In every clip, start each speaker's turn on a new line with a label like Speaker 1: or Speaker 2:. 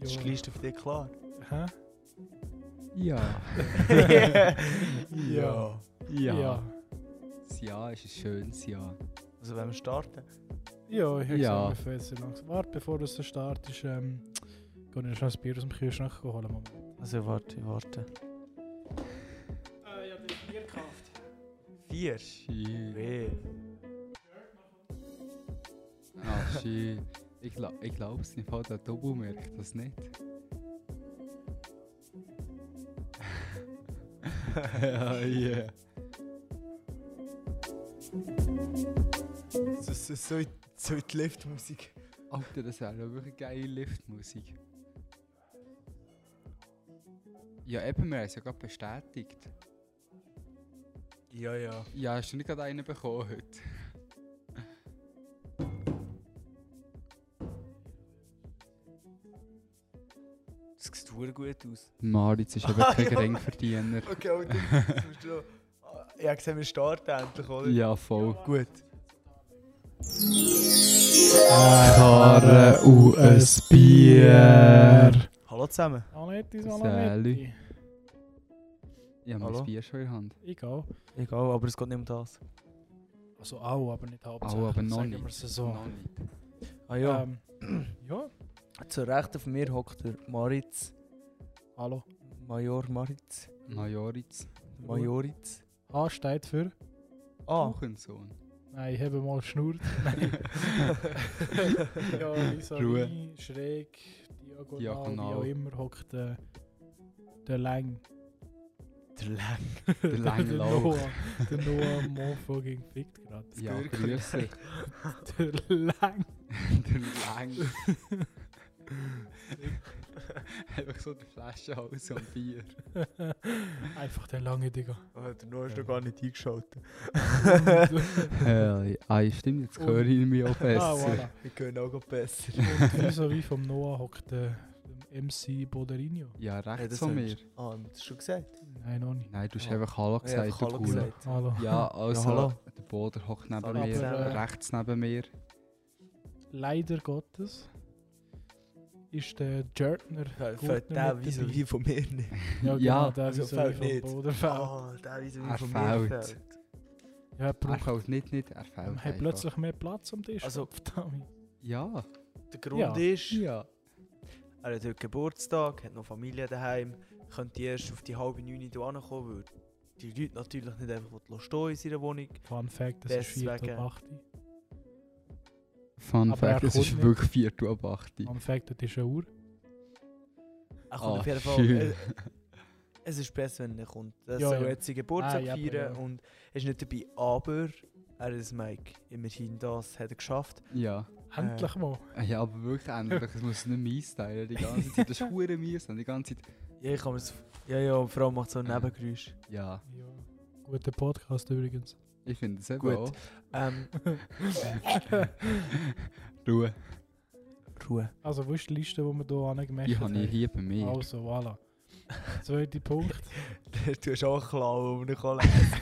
Speaker 1: Ist die Liste für dich klar?
Speaker 2: Hä?
Speaker 3: Ja.
Speaker 1: ja.
Speaker 3: Ja. Das Jahr ist ein schönes Jahr.
Speaker 1: Also wenn wir starten.
Speaker 2: Ja, ich habe
Speaker 3: Ja.
Speaker 2: gesagt, wir fangen jetzt noch. Also, Warte, bevor du es startest, ähm, geh ich schnell ein Bier aus dem Kühlschrank holen. Mama.
Speaker 1: Also ich warte, ich warte.
Speaker 2: Äh, ich habe dir Bier gekauft.
Speaker 1: Vier.
Speaker 3: Shit.
Speaker 1: Weh.
Speaker 3: Ah, shit. Ich, gla ich glaube es nicht, der Tobu merkt das nicht. ja, yeah.
Speaker 4: So, so, so, in- so in die Liftmusik.
Speaker 3: Alter, das wäre ja wirklich geile Liftmusik. Ja, eben, wir haben es ja gerade bestätigt.
Speaker 4: Ja, ja.
Speaker 3: Ja, hast du nicht gerade einen bekommen heute?
Speaker 1: Das sieht super gut aus.
Speaker 3: Maritz ist eben kein Geringverdiener.
Speaker 4: Okay, aber du, das musst du noch- Ah, Ich habe gesehen, wir starten endlich, oder?
Speaker 3: Ja, voll.
Speaker 4: Gut.
Speaker 2: Karre und ein Bier.
Speaker 4: Hallo zusammen.
Speaker 2: Anetti,
Speaker 3: Sali.
Speaker 2: Anetti.
Speaker 3: Ich habe
Speaker 1: Hallo?
Speaker 3: mein Bier schon in der Hand.
Speaker 2: Egal.
Speaker 1: Egal, aber es geht nicht um das.
Speaker 2: Also auch, aber nicht hauptsächlich.
Speaker 3: Au, aber noch
Speaker 2: sagen
Speaker 3: nicht.
Speaker 2: wir's so.
Speaker 3: Noch nicht.
Speaker 1: Ah ja.
Speaker 2: Ähm, ja,
Speaker 4: Ähm.
Speaker 1: Zur Rechten von mir hockt der Maritz.
Speaker 2: hallo.
Speaker 1: Major Maritz.
Speaker 3: Nou, Majoritz.
Speaker 1: Majoritz.
Speaker 2: H steht für...
Speaker 1: Ah,
Speaker 3: Kuchensohn.
Speaker 2: Nein, ich habe mal geschnurrt. Nein. ja, wieso
Speaker 3: Ruhe.
Speaker 2: nie? Schräg, diagonal,
Speaker 3: Diagonal.
Speaker 2: wie auch immer, hockt der, der Lang.
Speaker 1: der Lang.
Speaker 3: Der lange Lauch.
Speaker 2: Noah. Der Noah Mofucking fickt gerade.
Speaker 3: Ja, Grüße.
Speaker 2: Der Lang.
Speaker 3: der Lang. Einfach so die Flasche aus am Bier.
Speaker 2: Einfach der Lange, Digga. Ah,
Speaker 4: Oh, der Noah ist noch gar nicht eingeschaltet.
Speaker 3: Hell, ah, ja, stimmt, jetzt
Speaker 2: Und-
Speaker 3: höre ich mich auch
Speaker 2: Ah,
Speaker 3: besser.
Speaker 2: voilà.
Speaker 4: Wir können auch grad besser.
Speaker 2: Und wieso wie vom Noah hockt der der MC Boderino?
Speaker 3: Ja,
Speaker 4: Hey,
Speaker 3: rechts
Speaker 4: das
Speaker 3: von mir.
Speaker 4: hörst Ah, haben wir das schon gesagt?
Speaker 2: Nein, noch nicht.
Speaker 3: Nein, du hast
Speaker 4: Ah.
Speaker 3: einfach Hallo
Speaker 4: Ich habe
Speaker 3: gesagt, du
Speaker 4: Hallo
Speaker 3: Gula.
Speaker 4: gesagt.
Speaker 2: Hallo.
Speaker 3: Ja, oh, also,
Speaker 4: hallo.
Speaker 3: der Boder hockt neben
Speaker 4: Aber,
Speaker 3: mir,
Speaker 2: äh,
Speaker 3: rechts neben mir.
Speaker 2: Leider Gottes ist der Jörtner.
Speaker 4: Fällt
Speaker 2: Gut,
Speaker 4: fällt
Speaker 2: nicht
Speaker 4: der
Speaker 2: dabei.
Speaker 4: wieso wie von mir nicht?
Speaker 2: Ja, genau,
Speaker 3: Ja,
Speaker 2: der
Speaker 4: also
Speaker 2: ist so
Speaker 4: fällt
Speaker 2: wie
Speaker 4: nicht.
Speaker 2: vom Boderfeld.
Speaker 4: Ah, der wieso wie
Speaker 3: Er
Speaker 4: von mir
Speaker 3: fällt.
Speaker 4: fällt.
Speaker 2: Ja, er
Speaker 3: Er
Speaker 2: braucht
Speaker 3: fällt nicht, nicht, er fällt
Speaker 2: hat
Speaker 3: einfach.
Speaker 2: plötzlich mehr Platz am Tisch.
Speaker 1: Also-
Speaker 2: Verdammt.
Speaker 3: Ja.
Speaker 4: Der Grund
Speaker 2: Ja.
Speaker 4: ist,
Speaker 3: Ja.
Speaker 4: er hat heute Geburtstag, hat noch Familie daheim, könnte erst auf die halbe neun hier ankommen, weil die Leute natürlich nicht einfach stehen lassen in seiner Wohnung.
Speaker 2: Fun Fact, das
Speaker 4: Deswegen.
Speaker 2: ist 4. ab 8.
Speaker 3: Fun
Speaker 2: Aber
Speaker 3: Fact,
Speaker 2: er
Speaker 3: es ist
Speaker 2: kommt
Speaker 3: wirklich 4 Uhr ab 8 Uhr.
Speaker 2: Fun Fact, das ist eine Uhr.
Speaker 4: Er kommt
Speaker 3: Ah,
Speaker 4: auf jeden Fall.
Speaker 3: schön.
Speaker 4: Äh, es ist besser, wenn er kommt. Er
Speaker 2: Ja,
Speaker 4: soll
Speaker 2: ja.
Speaker 4: jetzt seinen Geburtstag
Speaker 2: Ah, ja, aber
Speaker 4: feiern
Speaker 2: ja.
Speaker 4: und er ist nicht dabei, aber er ist Mike. Immerhin das hat er geschafft.
Speaker 3: Ja.
Speaker 2: Endlich mal.
Speaker 3: Ja, aber wirklich endlich, es muss nicht mies teilen die ganze Zeit. Das ist hure mies und die ganze Zeit...
Speaker 4: Ja, ich kann mir's. Ja, ja, und vor allem macht so ein
Speaker 3: Mhm.
Speaker 4: Nebengeräusch.
Speaker 3: Ja,
Speaker 2: Ja. Guter Podcast übrigens.
Speaker 3: ich finde es eben
Speaker 4: Gut.
Speaker 3: auch.
Speaker 4: Ähm,
Speaker 3: Ruhe.
Speaker 4: Ruhe.
Speaker 2: Also, wo ist die Liste, die wir hier angemerkt
Speaker 3: Die habe ich hier bei mir.
Speaker 2: Also, voilà. Zweiter Punkt.
Speaker 4: du hast auch klar, wo man nicht kann lesen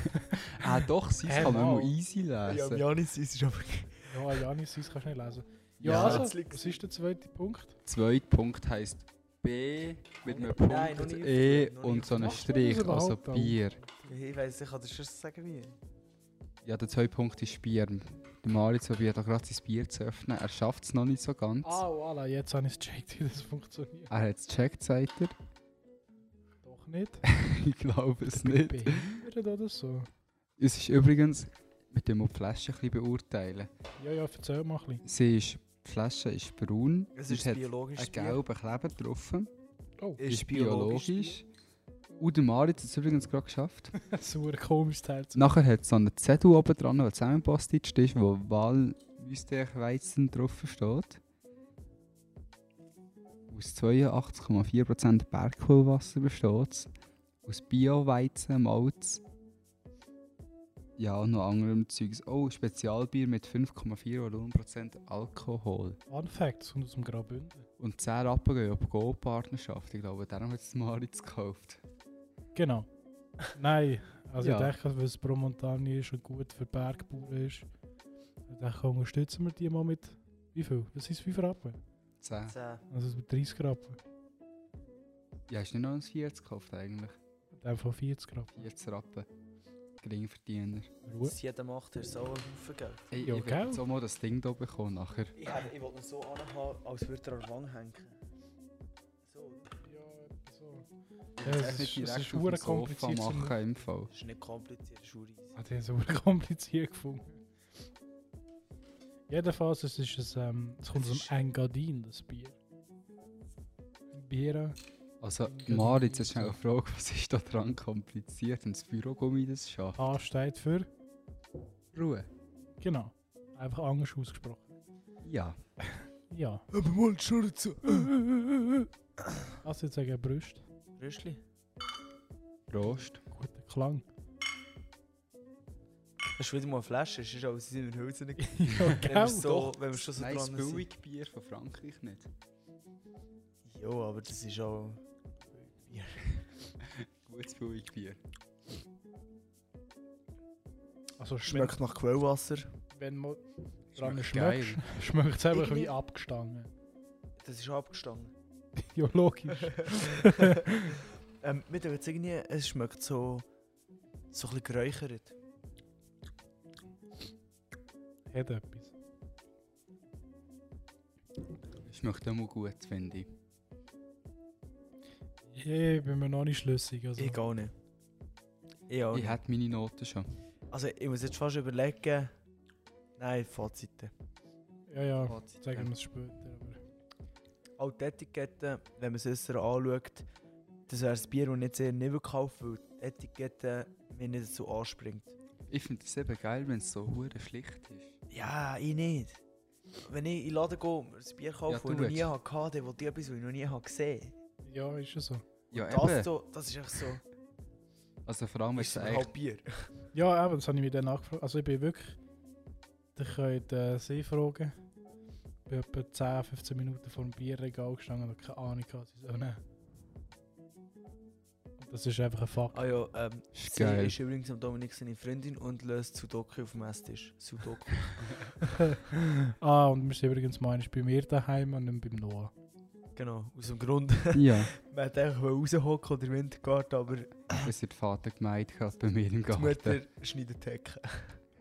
Speaker 3: Ah doch, sie
Speaker 2: Hä,
Speaker 3: kann man
Speaker 2: wow.
Speaker 3: mal easy
Speaker 4: kann. Ja,
Speaker 3: lesen.
Speaker 4: Janis ist aber.
Speaker 2: Ja, Janis, das kannst du nicht lesen. Ja,
Speaker 3: Ja.
Speaker 2: also,
Speaker 4: Jetzt liegt's.
Speaker 2: was ist der zweite Punkt?
Speaker 3: Zweiter Punkt heisst B mit einem Punkt,
Speaker 4: Nein, noch nicht
Speaker 3: E
Speaker 4: aufgeschrieben, noch
Speaker 3: und
Speaker 4: nicht
Speaker 3: so einem
Speaker 2: aufgeschrieben. Macht man das
Speaker 3: Strich, also
Speaker 2: überhaupt, Alter?
Speaker 3: Bier.
Speaker 4: Ich weiß, ich kann dir schon sagen, wie.
Speaker 3: Ja, der zweite Punkt ist Bier. Der Maritz probiert auch gerade sein Bier zu öffnen. Er schafft es noch nicht so ganz.
Speaker 2: Ah, voilà, jetzt habe ich es gecheckt, wie das funktioniert.
Speaker 3: Er hat es gecheckt, sagt er.
Speaker 2: Doch nicht.
Speaker 3: ich glaube es nicht.
Speaker 2: Behindert oder so.
Speaker 3: Es ist übrigens, mit dem wir die Flasche ein bisschen beurteilen.
Speaker 2: Ja, ja, erzähl mal ein bisschen.
Speaker 3: Sie ist, die Flasche ist braun.
Speaker 4: Es
Speaker 3: und
Speaker 4: ist
Speaker 3: hat
Speaker 4: biologisch.
Speaker 3: einen gelben Kleber drauf.
Speaker 2: Oh,
Speaker 3: Ist biologisch. Und der Maritz hat es übrigens gerade geschafft.
Speaker 2: super komisches Teil. zu-
Speaker 3: Nachher hat es so einen Zettel oben dran, der zusammenpasst ist, wo Walmüsterweizen drauf steht. Aus 82,4% Bergkohlwasser besteht es. Aus Bio-Weizen, Malz. Ja, und noch anderem Zeugs. Oh, Spezialbier mit 5,4 Volumenprozent Alkohol.
Speaker 2: Fun Fact, es kommt aus dem Graubünden.
Speaker 3: Und 10 Rappen gehen ab Go-Partnerschaft. Ich glaube, darum hat es Maritz gekauft.
Speaker 2: Genau. Nein, also
Speaker 3: Ja.
Speaker 2: ich denke, weil es pro Montagne ist und gut für Bergbauern ist, ich denke, unterstützen wir die mal mit wie viel? Das ist 5 Rappen.
Speaker 3: 10.
Speaker 4: Zehn.
Speaker 2: Also mit 30 Rappen.
Speaker 3: Ja, hast du nicht noch ein 40 gekauft eigentlich?
Speaker 2: Einfach 40 Grad.
Speaker 3: 40 Rappen. Geringverdiener.
Speaker 2: Ruhe.
Speaker 4: Das jeder macht, der so einen Haufen Geld.
Speaker 3: Ey,
Speaker 2: Ja,
Speaker 3: ich
Speaker 2: gell?
Speaker 3: werde jetzt auch mal das Ding hier bekommen nachher.
Speaker 4: Ich, hätte- ich wollte ihn so anhaben, als würde er an der Wange hängen. So,
Speaker 3: Ich
Speaker 2: Ja,
Speaker 3: will
Speaker 2: es
Speaker 3: echt nicht
Speaker 2: ist- es
Speaker 3: direkt
Speaker 2: ist
Speaker 3: auf
Speaker 2: hure
Speaker 3: dem Sofa
Speaker 2: kompliziert,
Speaker 3: machen
Speaker 2: sondern-
Speaker 3: im Fall.
Speaker 4: das ist nicht kompliziert, das ist auch easy.
Speaker 2: Hat er so kompliziert gefunden. Jedenfalls, es ist ein, ähm, es kommt
Speaker 4: Es
Speaker 2: aus
Speaker 4: ist-
Speaker 2: dem Engadin, das Bier. Bier.
Speaker 3: Also,
Speaker 2: Irgendwie
Speaker 3: Maritz, jetzt
Speaker 2: so.
Speaker 3: schnell eine Frage, was ist da dran kompliziert, wenn das Bürogummi das schafft?
Speaker 2: A steht für.
Speaker 3: Ruhe.
Speaker 2: Genau. Einfach anders ausgesprochen.
Speaker 3: Ja.
Speaker 2: Ja.
Speaker 1: Aber mal die Schnurze.
Speaker 2: Also jetzt sagen Brüste.
Speaker 4: Röschli?
Speaker 3: Prost.
Speaker 2: Guter Klang.
Speaker 4: Hast du wieder mal eine Flasche? Es ist aber sie sind in Hülsen nicht.
Speaker 2: ja,
Speaker 4: Wenn wir,
Speaker 2: gell?
Speaker 4: so, wenn wir schon so
Speaker 3: Nein, das
Speaker 4: dran sind.
Speaker 3: Billigbier von Frankreich nicht.
Speaker 4: Jo, aber das ist auch...
Speaker 3: Gutes Billigbier.
Speaker 2: Also schmeckt.
Speaker 4: Schmeckt nach Quellwasser.
Speaker 2: Wenn man dran
Speaker 3: geil.
Speaker 2: schmeckt, schmeckt es einfach wie
Speaker 4: Irgendwie-
Speaker 2: abgestangen.
Speaker 4: Das ist abgestanden.
Speaker 2: Ja, logisch.
Speaker 4: ähm, mit jetzt irgendwie, es schmeckt so... So ein bisschen geräuchert.
Speaker 2: Hat etwas.
Speaker 3: Schmeckt auch mal gut, finde ich.
Speaker 2: Ich bin mir noch nicht schlüssig. Also.
Speaker 4: Ich auch nicht. Ich auch
Speaker 3: Ich
Speaker 4: nicht.
Speaker 3: hätte meine Noten schon.
Speaker 4: Also ich muss jetzt fast überlegen... Nein, Ähm, Fazite.
Speaker 2: Ja, ja.
Speaker 3: Fazit.
Speaker 2: Sagen wir es später. Aber.
Speaker 4: Auch die Etiketten, wenn man es besser anschaut, das wäre ein Bier, das nicht sehr nicht gekauft wird, weil die Etikette mich nicht dazu anspringt.
Speaker 3: Ich finde es eben geil, wenn es so hure schlicht ist.
Speaker 4: Ja, ich nicht. Wenn ich in den Laden gehe, mir ein Bier kaufe,
Speaker 3: Ja,
Speaker 4: das
Speaker 3: du
Speaker 4: ich noch
Speaker 3: willst.
Speaker 4: nie hatte, hatte, will ich etwas, das ich noch nie habe gesehen
Speaker 2: Ja, ist ja so.
Speaker 3: Ja,
Speaker 4: Das,
Speaker 3: eben.
Speaker 4: so, das ist echt so.
Speaker 3: Also vor allem, wenn
Speaker 4: Ist
Speaker 3: es
Speaker 4: das
Speaker 3: eigentlich
Speaker 4: überhaupt Bier?
Speaker 2: Ja, eben, das habe ich mir dann nachgefragt. Also ich bin wirklich... Da könnt äh, sie fragen. Ich bin etwa 10, 15 Minuten vor dem Bierregal gestanden und habe keine Ahnung, was ich soll nehmen Und das ist einfach ein Fakt.
Speaker 4: Ah ja, ähm,
Speaker 3: ist
Speaker 4: sie
Speaker 3: geil.
Speaker 4: ist übrigens am Dominik seine Freundin und löst Sudoku auf dem Esstisch. Sudoku.
Speaker 2: Ah, und wir sind übrigens mal einmal bei mir daheim und nicht beim Noah.
Speaker 4: genau, aus dem Grund.
Speaker 3: Ja,
Speaker 4: Man hat eigentlich raushocken oder in den Wintergarten, aber die
Speaker 3: das hat der Vater gemeint, gerade bei mir im Garten.
Speaker 4: Mutter schneidet die Hecke.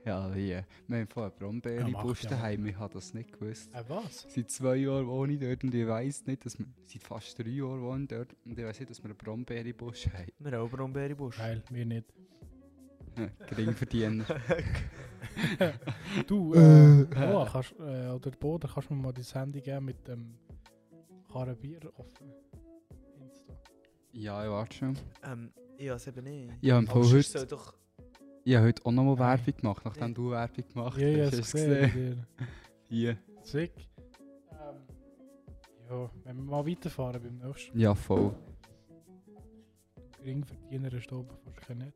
Speaker 3: Ja, ja. Wir haben vorher
Speaker 2: Ja,
Speaker 3: Brombeere
Speaker 2: macht
Speaker 3: Busch
Speaker 2: ja.
Speaker 3: daheim, ich habe das nicht gewusst.
Speaker 2: Äh, was?
Speaker 3: Seit zwei Jahren wohne ich dort und ich weiss nicht, dass wir... Seit fast drei Jahren wohne ich dort und ich weiss nicht, dass wir einen Brombeere-Busch haben.
Speaker 4: Wir haben aber einen Bärenbusch.
Speaker 2: Geil, wir nicht.
Speaker 3: Geringverdiener.
Speaker 2: Du, äh, Noah, kannst, äh, oder Boden, kannst du mir mal dein Handy geben mit dem Karabier offen? Insta.
Speaker 3: ja, ich warte schon.
Speaker 4: Ähm, ich weiß eben nicht.
Speaker 3: Ich habe im Fall
Speaker 4: Aber sonst
Speaker 3: heute,
Speaker 4: soll doch...
Speaker 3: ich habe heute auch nochmal
Speaker 2: Nein.
Speaker 3: Werbung gemacht, nachdem
Speaker 4: Nicht.
Speaker 3: du Werbung gemacht
Speaker 2: Ja, ja,
Speaker 3: hast.
Speaker 2: es
Speaker 3: Hast du es
Speaker 2: gesehen. bei dir.
Speaker 3: Hier.
Speaker 2: Sick. Ähm, ja, wenn wir mal weiterfahren beim nächsten
Speaker 3: Ja, voll.
Speaker 2: Geringverdiener ist da oben fast kein Netz.